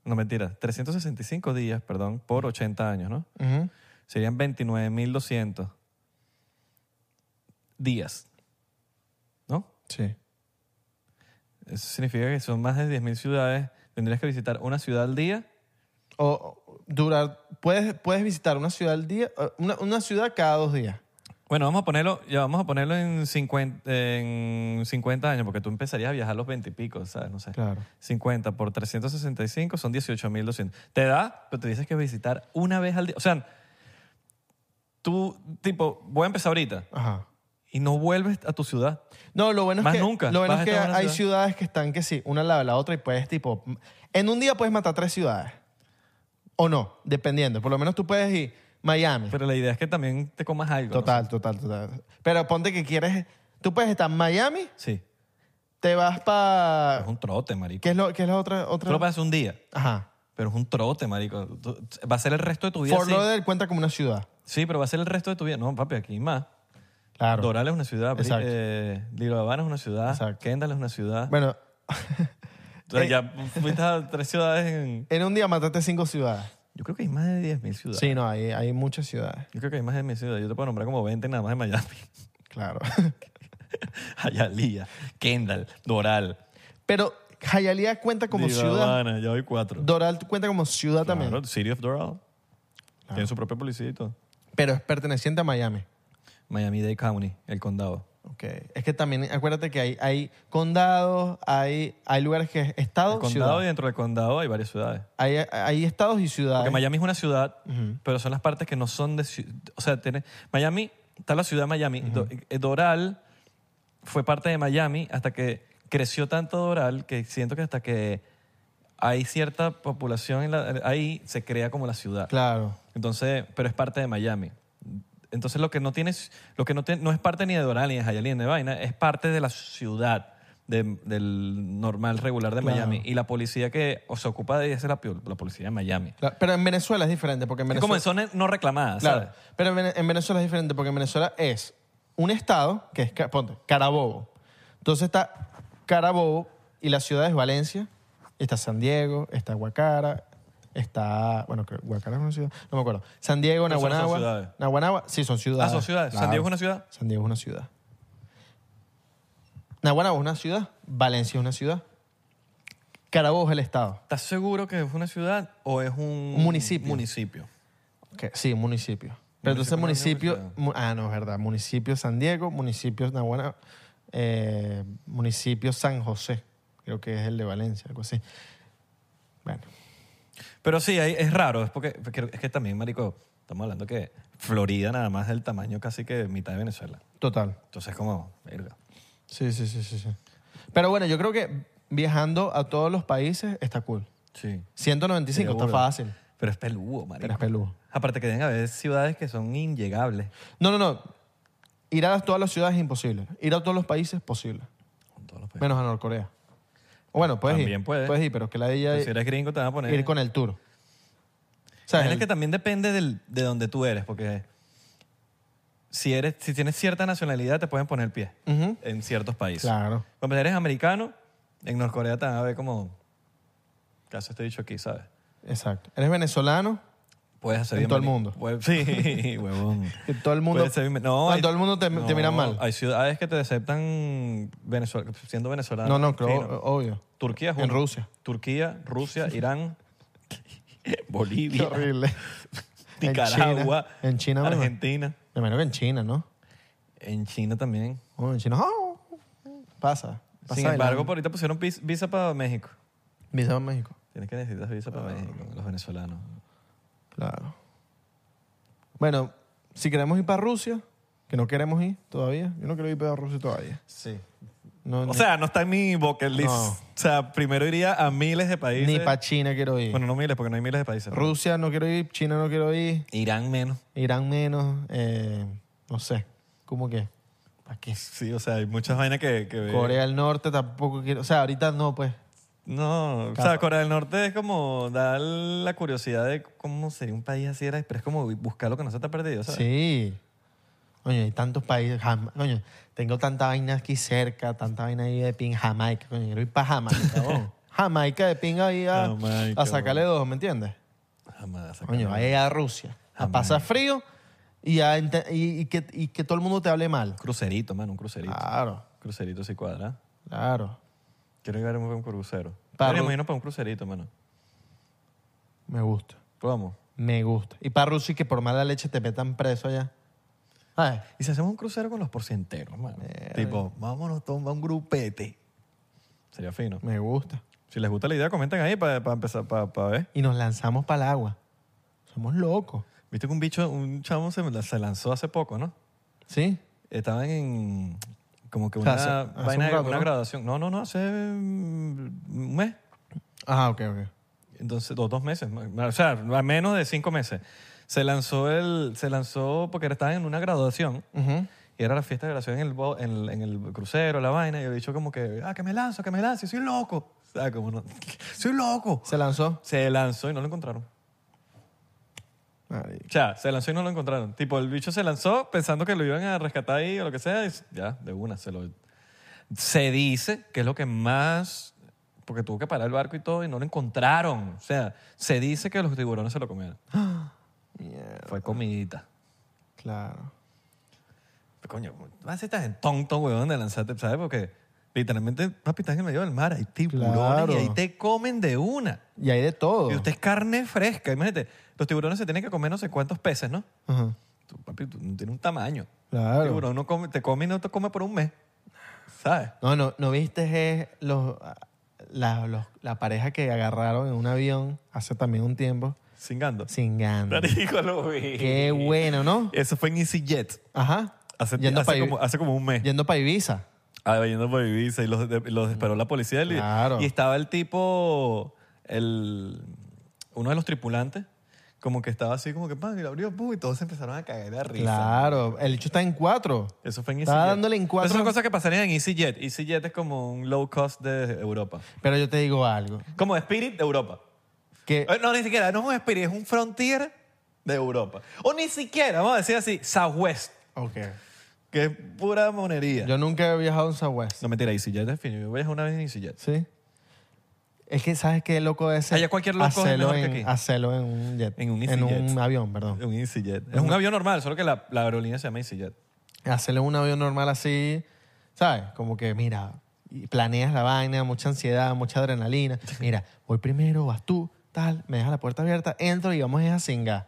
no mentira, 365 días, perdón, por 80 años, ¿no? Ujú. Serían 29.200 días, ¿no? Sí. Eso significa que son más de 10.000 ciudades, tendrías que visitar una ciudad al día. O o durar, puedes, puedes visitar una ciudad al día, eh, una, una ciudad cada dos días. Bueno, vamos a ponerlo, ya vamos a ponerlo en 50, en 50 años, porque tú empezarías a viajar a los 20 y pico, ¿sabes? No sé. Claro. 50 por 365 son 18.200. Te da, pero te dices que visitar una vez al día. O sea, tú, tipo, voy a empezar ahorita Ajá. y no vuelves a tu ciudad. No, lo bueno es Más que, nunca. Lo bueno es Vas a que estar en una hay ciudad. ciudades que están que sí, una al lado de la otra y puedes tipo, en un día puedes matar tres ciudades. O no, dependiendo. Por lo menos tú puedes ir Miami. Pero la idea es que también te comas algo. ¿no? total, total, total. Pero ponte que quieres... Tú puedes estar en Miami, Sí. te vas para... Es un trote, marico. ¿Qué es lo, qué es la otra? otra? Tú lo pasas un día, Ajá. pero es un trote, marico. Tú- Va a ser el resto de tu vida. Fort sí. Lauderdale cuenta como una ciudad. Sí, pero va a ser el resto de tu vida. No, papi, aquí más. Claro. Doral es una ciudad. Bri- Exacto. Eh, Little Havana es una ciudad. Exacto. Kendall es una ciudad. Bueno, eh, o sea, ya fuiste a tres ciudades en... en un día mataste cinco ciudades. Yo creo que hay más de 10.000 ciudades. Sí, no, hay, hay muchas ciudades. Yo creo que hay más de 10.000 ciudades. Yo te puedo nombrar como 20 nada más en Miami. Claro. Hialeah, Kendall, Doral. Pero Hialeah cuenta como Little ciudad. Havana, ya voy cuatro. Doral cuenta como ciudad también. Claro, City of Doral. Tiene su propio policía y todo. Pero es perteneciente a Miami. Miami-Dade County, el condado. Ok. Es que también, acuérdate que hay, hay condados, hay, hay lugares que es El estado, condado ciudad. y dentro del condado hay varias ciudades. Hay, hay estados y ciudades. Porque Miami es una ciudad, pero son las partes que no son de... ciu- O sea, tiene, Miami, está la ciudad de Miami. Do- eh, Doral fue parte de Miami hasta que creció tanto Doral que siento que hasta que hay cierta población en la- ahí se crea como la ciudad. Claro. Entonces, pero es parte de Miami. Entonces, lo que no tienes, lo que no, te- no es parte ni de Doral, ni de Hialeah, ni de Vaina, es parte de la ciudad de- del normal regular de Claro. Miami. Y la policía que o se ocupa de esa es la, pio- la policía de Miami. La- Pero en Venezuela es diferente porque en Venezuela... Es como en zonas no reclamadas, Claro. ¿sabes? Pero en Vene- en Venezuela es diferente porque en Venezuela es un estado que es, Ca- ponte, Carabobo. Entonces está Carabobo y la ciudad es Valencia, está San Diego, está Guacara, está, bueno, creo, Guacara es una ciudad, no me acuerdo. San Diego, Pero eso no son ciudades. Naguanagua. Naguanagua, sí, son ciudades. Ah, son ciudades. ¿San Claro. Diego es una ciudad? San Diego es una ciudad. Naguanagua es una ciudad, Valencia es una ciudad. Carabobo es el estado. ¿Estás seguro que es una ciudad o es un, Un municipio. municipio? Que- sí, municipio. Pero entonces Municipio no es municipio... mu- ah, no, es verdad. Municipio San Diego, municipio Nahuana, eh, municipio San José. Creo que es el de Valencia, algo así. Bueno, Pero sí, ahí es raro, es porque porque es que también, marico, estamos hablando que Florida nada más es del tamaño casi que mitad de Venezuela. total. Entonces, como, verga. Sí, sí, sí, sí, sí. Pero bueno, yo creo que viajando a todos los países está cool. Sí. 195 está Seguro. fácil. Pero es peludo, marico. Pero es peludo. Aparte que deben haber ciudades que son inllegables. No, no, no. Ir a todas las ciudades es imposible. Ir a todos los países posible. Con todos los países. Menos a Norcorea. O bueno, puedes También ir. puedes. Puedes ir, pero que la de ella Entonces, si eres gringo te van a poner... ir con el tour. O sea, el- Imagina Eh. que también depende del- de donde tú eres, porque si, eres, si tienes cierta nacionalidad te pueden poner el pie Ujú. en ciertos países. Claro. Cuando eres americano, en Norcorea te van a ver como... Caso este dicho aquí, ¿sabes? Exacto. Eres venezolano, Puedes hacer En bien todo el mari- mundo. Puedes- sí, huevón. que todo el mundo, Puedes ser bien- no, Ah, hay- todo el mundo te, te no, mira mal. Hay ciudades que te aceptan venezol- siendo venezolano. no, no, creo, argentino. obvio. Turquía es En uno. Rusia. Turquía, Rusia, Irán, Qué Bolivia, horrible. En Nicaragua, China. En China, bueno. Argentina. Me imagino que en China, ¿no? En China también. Oh, en China. ¡oh! pasa. pasa Sin embargo, adelante. por ahorita pusieron vis- visa para México. Visa a México. Tienes que necesitar visa Ah, para México, los venezolanos. Claro. Bueno, si queremos ir para Rusia, que no queremos ir todavía. Yo no quiero ir para Rusia todavía. Sí. No, O ni- sea, no está en mi bucket list. No. O sea, primero iría a miles de países. ni para China quiero ir. Bueno, no miles, porque no hay miles de países. pero- Rusia no quiero ir, China no quiero ir. Irán menos. Irán menos, eh, no sé, ¿cómo que? ¿Para qué? Sí, o sea, hay muchas vainas que... que- Corea del Norte tampoco quiero, o sea, ahorita no, pues. No, o sea, Capa. Corea del Norte es como da la curiosidad de cómo sería un país así, era, pero es como buscar lo que no se te ha perdido, ¿sabes? Sí. Coño, hay tantos países, Jama- coño, tengo tanta vaina aquí cerca, tanta vaina ahí de pin, Jamaica, coño, quiero ir para Jamaica, cabrón. Jamaica de pin ahí a, Jamaica, a sacarle dos, ¿me entiendes? Jamás, saca- Coño, ahí a Rusia, a pasar frío y, a ente- y- y que, y que todo el mundo te hable mal. Crucerito, mano, un crucerito. Claro, Crucerito sí cuadra. claro. Quiero ir a un crucero. Para- Deberíamos irnos para un crucerito, mano. Me gusta. Vamos. Me gusta. Y para Rusia y que por mala leche te metan preso allá. Ay, Y si hacemos un crucero con los porcienteros, mano. Tipo, vámonos, toma un grupete. Sería fino. me gusta. Si les gusta la idea, comenten ahí para empezar, para ver. Y nos lanzamos para el agua. Somos locos. Viste que un bicho, un chamo se, se lanzó hace poco, ¿no? ¿Sí? Estaban en como que O una sea, hace- hace vaina un de rato, una ¿no? graduación. No, no, no, hace mm, un mes. Ah, ok, ok. Entonces, dos, dos meses, o sea, a menos de cinco meses. Se lanzó, el, se lanzó porque estaban en una graduación Ujú. y era la fiesta de graduación en el, bo- en el, en el crucero, la vaina, y el bicho como que, ah, que me lanzo, que me lanzo, soy loco. O sea, como no, soy loco. Se lanzó. Se lanzó y no lo encontraron. Marico. O sea, se lanzó y no lo encontraron. Tipo, el bicho se lanzó pensando que lo iban a rescatar ahí o lo que sea. y ya, de una, se lo... Se dice que es lo que más... Porque tuvo que parar el barco y todo y no lo encontraron. O sea, se dice que los tiburones se lo comieron. Mierda. Fue comidita. Claro. Pero, coño, vas a ser tan tonto, weón, de lanzarte, ¿sabes? Porque literalmente, papi, estás en el medio del mar, hay tiburones Claro. y ahí te comen de una. Y hay de todo. Y usted es carne fresca. Imagínate, los tiburones se tienen que comer no sé cuántos peces, ¿no? Ajá. Tú, papi, tú no tienes un tamaño. Claro. Tiburón no come- te come y no te come por un mes. ¿Sabes? No, no, ¿no viste eh, los, la, los- la pareja que agarraron en un avión hace también un tiempo? Singando. Singando. Marico, lo vi. Qué bueno, ¿no? Eso fue en EasyJet. Ajá. Hace, yendo hace para como, hace como un mes. yendo pa' Ibiza. Ah, yendo por Ibiza y los, de- los disparó la policía. del- Claro. Y estaba el tipo, el, uno de los tripulantes, como que estaba así, como que, pan, y lo abrió, ¡pum! y todos se empezaron a caer de risa. Claro. El hecho está en cuatro. Eso fue en EasyJet. Estaba dándole en cuatro. Esas son cosas que pasarían en EasyJet. EasyJet es como un low cost de Europa. Pero yo te digo algo. Como Spirit de Europa. Que Eh, No, ni siquiera, no es un Spirit, es un Frontier de Europa. O ni siquiera, vamos a decir así, Southwest, Ok. que es pura monería. Yo nunca he viajado en Southwest. No, mentira, EasyJet es fino. Yo viajé una vez en EasyJet. ¿Sí? Es que, ¿sabes qué loco es? Allá cualquier loco es hacerlo mejor que en- aquí. Hacerlo en un jet. En un en EasyJet. un avión, perdón. Un EasyJet. Es un avión normal, solo que la, la aerolínea se llama EasyJet. Hacerlo en un avión normal así, ¿sabes? Como que, mira, y planeas la vaina, mucha ansiedad, mucha adrenalina. Mira, voy primero, vas tú, tal, me dejas la puerta abierta, entro y vamos a singa.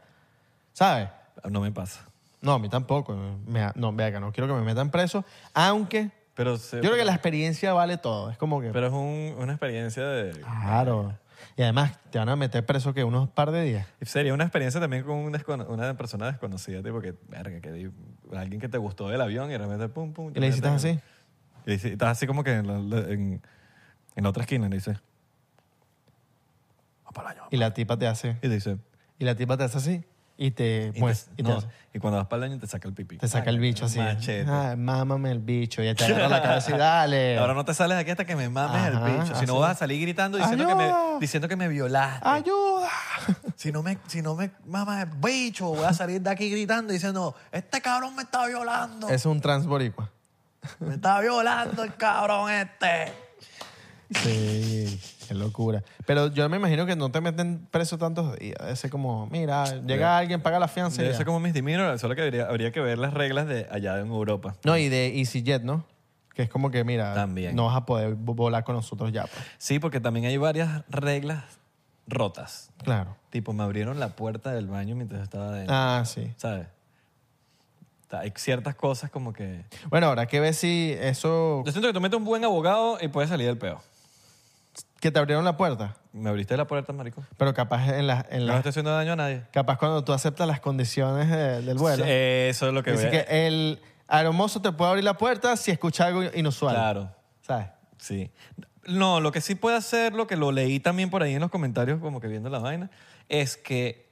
¿Sabes? No me pasa. No, a mí tampoco. eh, Me- no, vea que no quiero que me metan preso, aunque Pero, se- yo creo que la experiencia vale todo. Es como que... pero es un- una experiencia de... Claro. Y además te van a meter preso que unos par de días. Sería una experiencia también con un descono- una persona desconocida, tipo que, verga, que di- alguien que te gustó del avión y de repente, pum, pum. Y le dices así. Y dices- estás así como que en la, la- en, en la otra esquina y le dices, va para el baño. Y la tipa te hace. Y te dice, Y la tipa te hace así. Y te y, muestra. te- Y, te, no, hace- y cuando vas para el baño te saca el pipí. Pues, te saca el bicho así. Ah, Machete. Ay, mámame el bicho. Y te agarra la cabeza y dale. Ahora no te sales de aquí hasta que me mames Ajá, el bicho. Si no así. vas a salir gritando diciendo, que me, Ayuda. diciendo que me violaste. ¡Ayuda! Si no me, si no me mamas el bicho, voy a salir de aquí gritando diciendo, este cabrón me está violando. Es un transboricua. Me está violando el cabrón este. Sí, qué locura. Pero yo me imagino que no te meten preso tantos días. Ese como, mira, llega alguien, paga la fianza. y Debe ya. ser como mis disminuidos, solo que habría, habría que ver las reglas de allá en Europa. No, y de EasyJet, ¿no? Que es como que, mira, También. no vas a poder vo- volar con nosotros ya. pues. Sí, porque también hay varias reglas rotas. Claro. Tipo, me abrieron la puerta del baño mientras estaba adentro. Ah, sí. ¿Sabes? Ta- Hay ciertas cosas como que... Bueno, habrá que ver si eso Yo siento que tú metes un buen abogado y puedes salir del peo. que te abrieron la puerta, Me abriste la puerta, marico. pero capaz en las en No las- estoy haciendo daño a nadie. capaz cuando tú aceptas las condiciones de- del vuelo. Sí, Eso es lo que dice voy a- que el aeromozo te puede abrir la puerta si escucha algo inusual. Claro. ¿Sabes? Sí. No, lo que sí puede hacer, lo que lo leí también por ahí en los comentarios, como que viendo la vaina, es que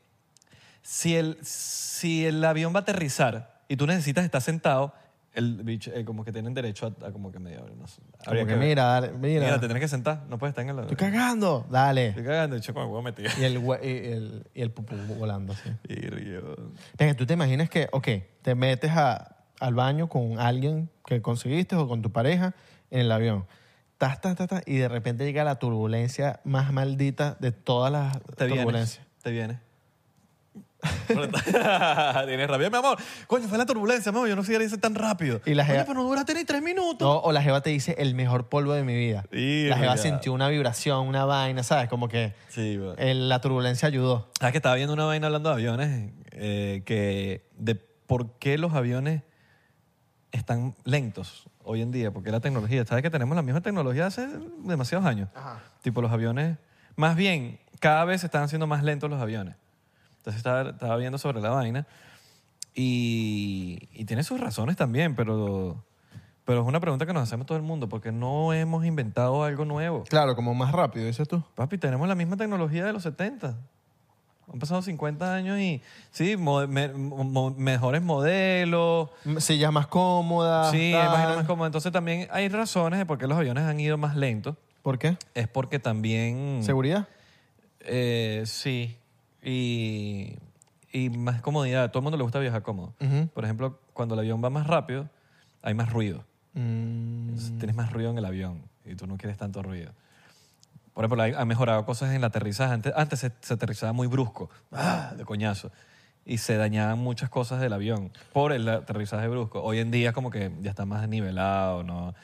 si el, si el avión va a aterrizar y tú necesitas estar sentado, el bicho, eh, como que tienen derecho a, a como que medio no sé, Como habría que, que ver. mira, dale, mira, Mira, te tienes que sentar, no puedes estar en el estoy cagando, dale. Estoy cagando, chico, me voy a meter. Y el, hue- y el, y el pupú volando así. Y río. Venga, tú te imaginas que, ok, te metes a- al baño con alguien que conseguiste o con tu pareja en el avión. Tas, tas, tas, tas, y de repente llega la turbulencia más maldita de todas las Te vienes. turbulencias. Te vienes. Tienes rabia, mi amor. Coño, fue la turbulencia, amor. Yo no sé si era tan rápido. Y la Coño, jeva- pero no duraste ni tres minutos. No, o la jeva te dice el mejor polvo de mi vida. Y la jeva ya. sintió una vibración, una vaina, ¿sabes? Como que Sí, va. eh, la turbulencia ayudó. Ah, que estaba viendo una vaina hablando de aviones, eh, que de por qué los aviones están lentos hoy en día, porque la tecnología, sabes que tenemos la misma tecnología hace demasiados años. Tipo los aviones, más bien, cada vez se están haciendo más lentos los aviones. Entonces estaba, estaba viendo sobre la vaina y, y tiene sus razones también, pero Pero es una pregunta que nos hacemos todo el mundo, porque no hemos inventado algo nuevo. Claro, como más rápido, dices tú. Papi, tenemos la misma tecnología de los 70. Han pasado 50 años y sí, mo- me- mo- mejores modelos, M- Sillas más cómodas. sí, tal. imagino más cómodo. Entonces también hay razones de por qué los aviones han ido más lentos. ¿Por qué? Es porque también... ¿Seguridad? Eh, sí. Y, y más comodidad. A todo el mundo le gusta viajar cómodo. Ujú. Por ejemplo, cuando el avión va más rápido, hay más ruido. Mm, Entonces, Tienes más ruido en el avión y tú no quieres tanto ruido. Por ejemplo, hay- han mejorado cosas en el aterrizaje. Antes, antes se, se aterrizaba muy brusco, ¡ah! de coñazo. Y se dañaban muchas cosas del avión por el aterrizaje brusco. Hoy en día es como que ya está más nivelado, ¿no?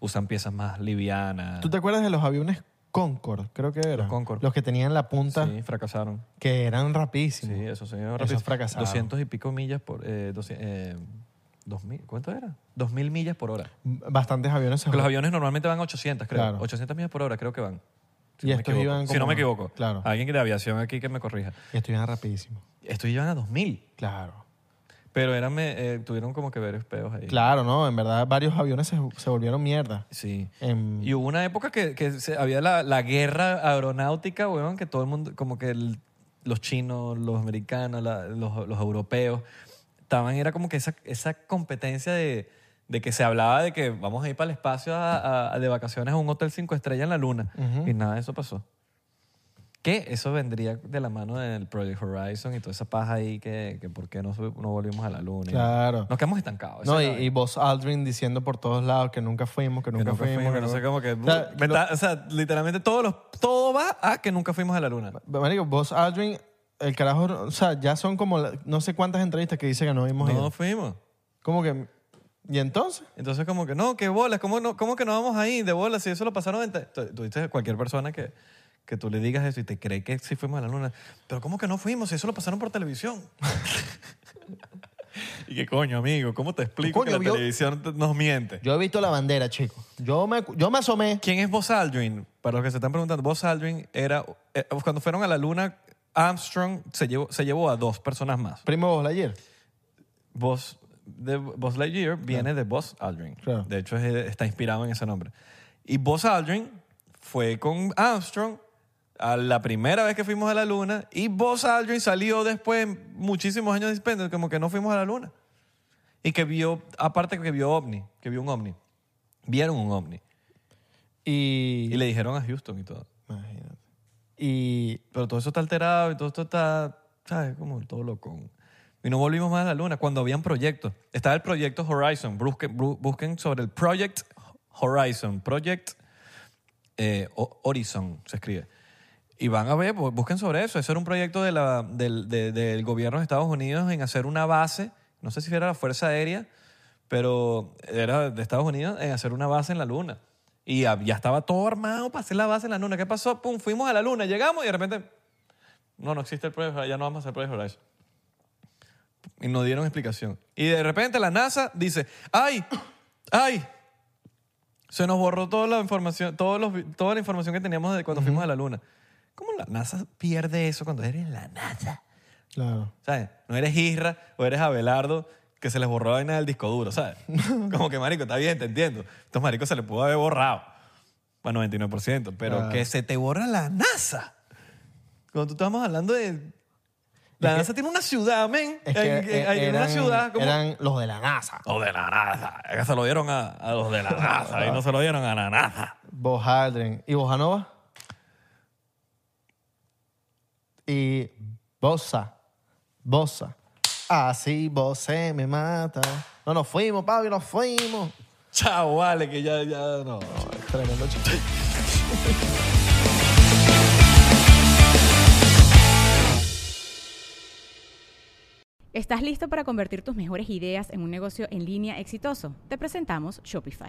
usan piezas más livianas. ¿Tú te acuerdas de los aviones Concorde? Creo que eran. Ah. Concorde. Los que tenían la punta, Sí, fracasaron. que eran Sí, rapidísimos. eso se llama Esos rápido. fracasaron. 200 y pico millas por... Eh, 200, eh, 2000, ¿Cuánto era? 2.000 millas por hora. Bastantes aviones se Porque los aviones normalmente van 800, creo. Claro. 800 millas por hora creo que van. Y no me estos equivoco. iban Si no como- me equivoco. Claro. Alguien de aviación aquí que me corrija. Y estuvieron rapidísimos. Estos iban a 2000, Claro. pero eran, eh, tuvieron como que varios peos ahí. Claro, no, en verdad varios aviones se, se volvieron mierda. Em, Sí. En- Y hubo una época que, que se- había la, la guerra aeronáutica, weón, que todo el mundo, como que el- los chinos, los americanos, la- los, los europeos, estaban, era como que esa, esa competencia de, de que se hablaba de que vamos a ir para el espacio a- a- de vacaciones a un hotel cinco estrellas en la luna. Y nada de eso pasó. Que eso vendría de la mano del Project Horizon y toda esa paja ahí que, que por qué no, sub- no volvimos a la luna. Claro. Nos quedamos estancados. Esa No, y, es la y Buzz Aldrin diciendo por todos lados que nunca fuimos, que que nunca, nunca fuimos, que no sé cómo que... uh, O sea, me está- o sea, literalmente todos los, todo va a que nunca fuimos a la luna. lo- Marico, Buzz Aldrin, el carajo, o sea, ya son como la- no sé cuántas entrevistas que dice que no hemos No ido. fuimos. Como que, ¿y entonces? Entonces como que, no, qué bolas, ¿cómo, no, cómo que no vamos ahí? De bolas, si eso lo pasaron... en te- tú- Tú dices cualquier persona que, que tú le digas eso y te cree que sí fuimos a la luna. Pero ¿cómo que no fuimos? Si eso lo pasaron por televisión. y qué coño, amigo, ¿cómo te explico Coño, que la yo- televisión te- nos miente? Yo he visto la bandera, chico. Yo me, yo me asomé. ¿Quién es Buzz Aldrin? Para los que se están preguntando, Buzz Aldrin era... eh, cuando fueron a la luna, Armstrong se llevó, se llevó a dos personas más. Primo Buzz Lightyear. Buzz, de Buzz Lightyear viene de Buzz Aldrin. Claro. De hecho, es- está inspirado en ese nombre. Y Buzz Aldrin fue con Armstrong a la primera vez que fuimos a la luna y Buzz Aldrin salió después, muchísimos años después, como que no fuimos a la luna. Y que vio, aparte que vio ovni, que vio un ovni. Vieron un ovni. Y, Y le dijeron a Houston y todo. Imagínate. Y Pero todo eso está alterado y todo esto está, ¿sabes? Como todo loco. Y no volvimos más a la luna cuando habían proyectos. Estaba el proyecto Horizon. Busquen, bu- busquen sobre el Project Horizon. Project eh, O- Horizon se escribe. Y van a ver, bu- busquen sobre eso. Eso era un proyecto de la- del, de- del gobierno de Estados Unidos en hacer una base, no sé si era la Fuerza Aérea, pero era de Estados Unidos en hacer una base en la Luna. Y hab- ya estaba todo armado para hacer la base en la Luna. ¿Qué pasó? Pum, fuimos a la Luna, llegamos y de repente, no, no existe el Project Horizon, ya no vamos a hacer Project Horizon. Y no dieron explicación. Y de repente la NASA dice, ¡ay! ¡ay! Se nos borró toda la información, todos los vi- toda la información que teníamos de cuando fuimos a la Luna. ¿Cómo la NASA pierde eso cuando eres la NASA? claro. ¿Sabes? No eres Isra o eres Abelardo que se les borró la vaina del disco duro, ¿sabes? Como que, marico, está bien, te entiendo. Estos maricos se les pudo haber borrado. Bueno, 99%. Pero Claro. que se te borra la NASA. Cuando tú estábamos hablando de... La NASA tiene una ciudad, men. Es que Hay- hay eh, una eran- ciudad como... eran los de la NASA. Los de la NASA. Es que se lo dieron a, a los de la NASA y no se lo dieron a la NASA. Buzz Aldrin. ¿Y Bojanova? Y Bosa. Bosa. Ah, Así Bosé me mata. No nos fuimos, Pablo, nos fuimos. Chao, vale, que ya, ya no. Tremendo chico. ¿Estás listo para convertir tus mejores ideas en un negocio en línea exitoso? Te presentamos Shopify.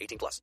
18 plus.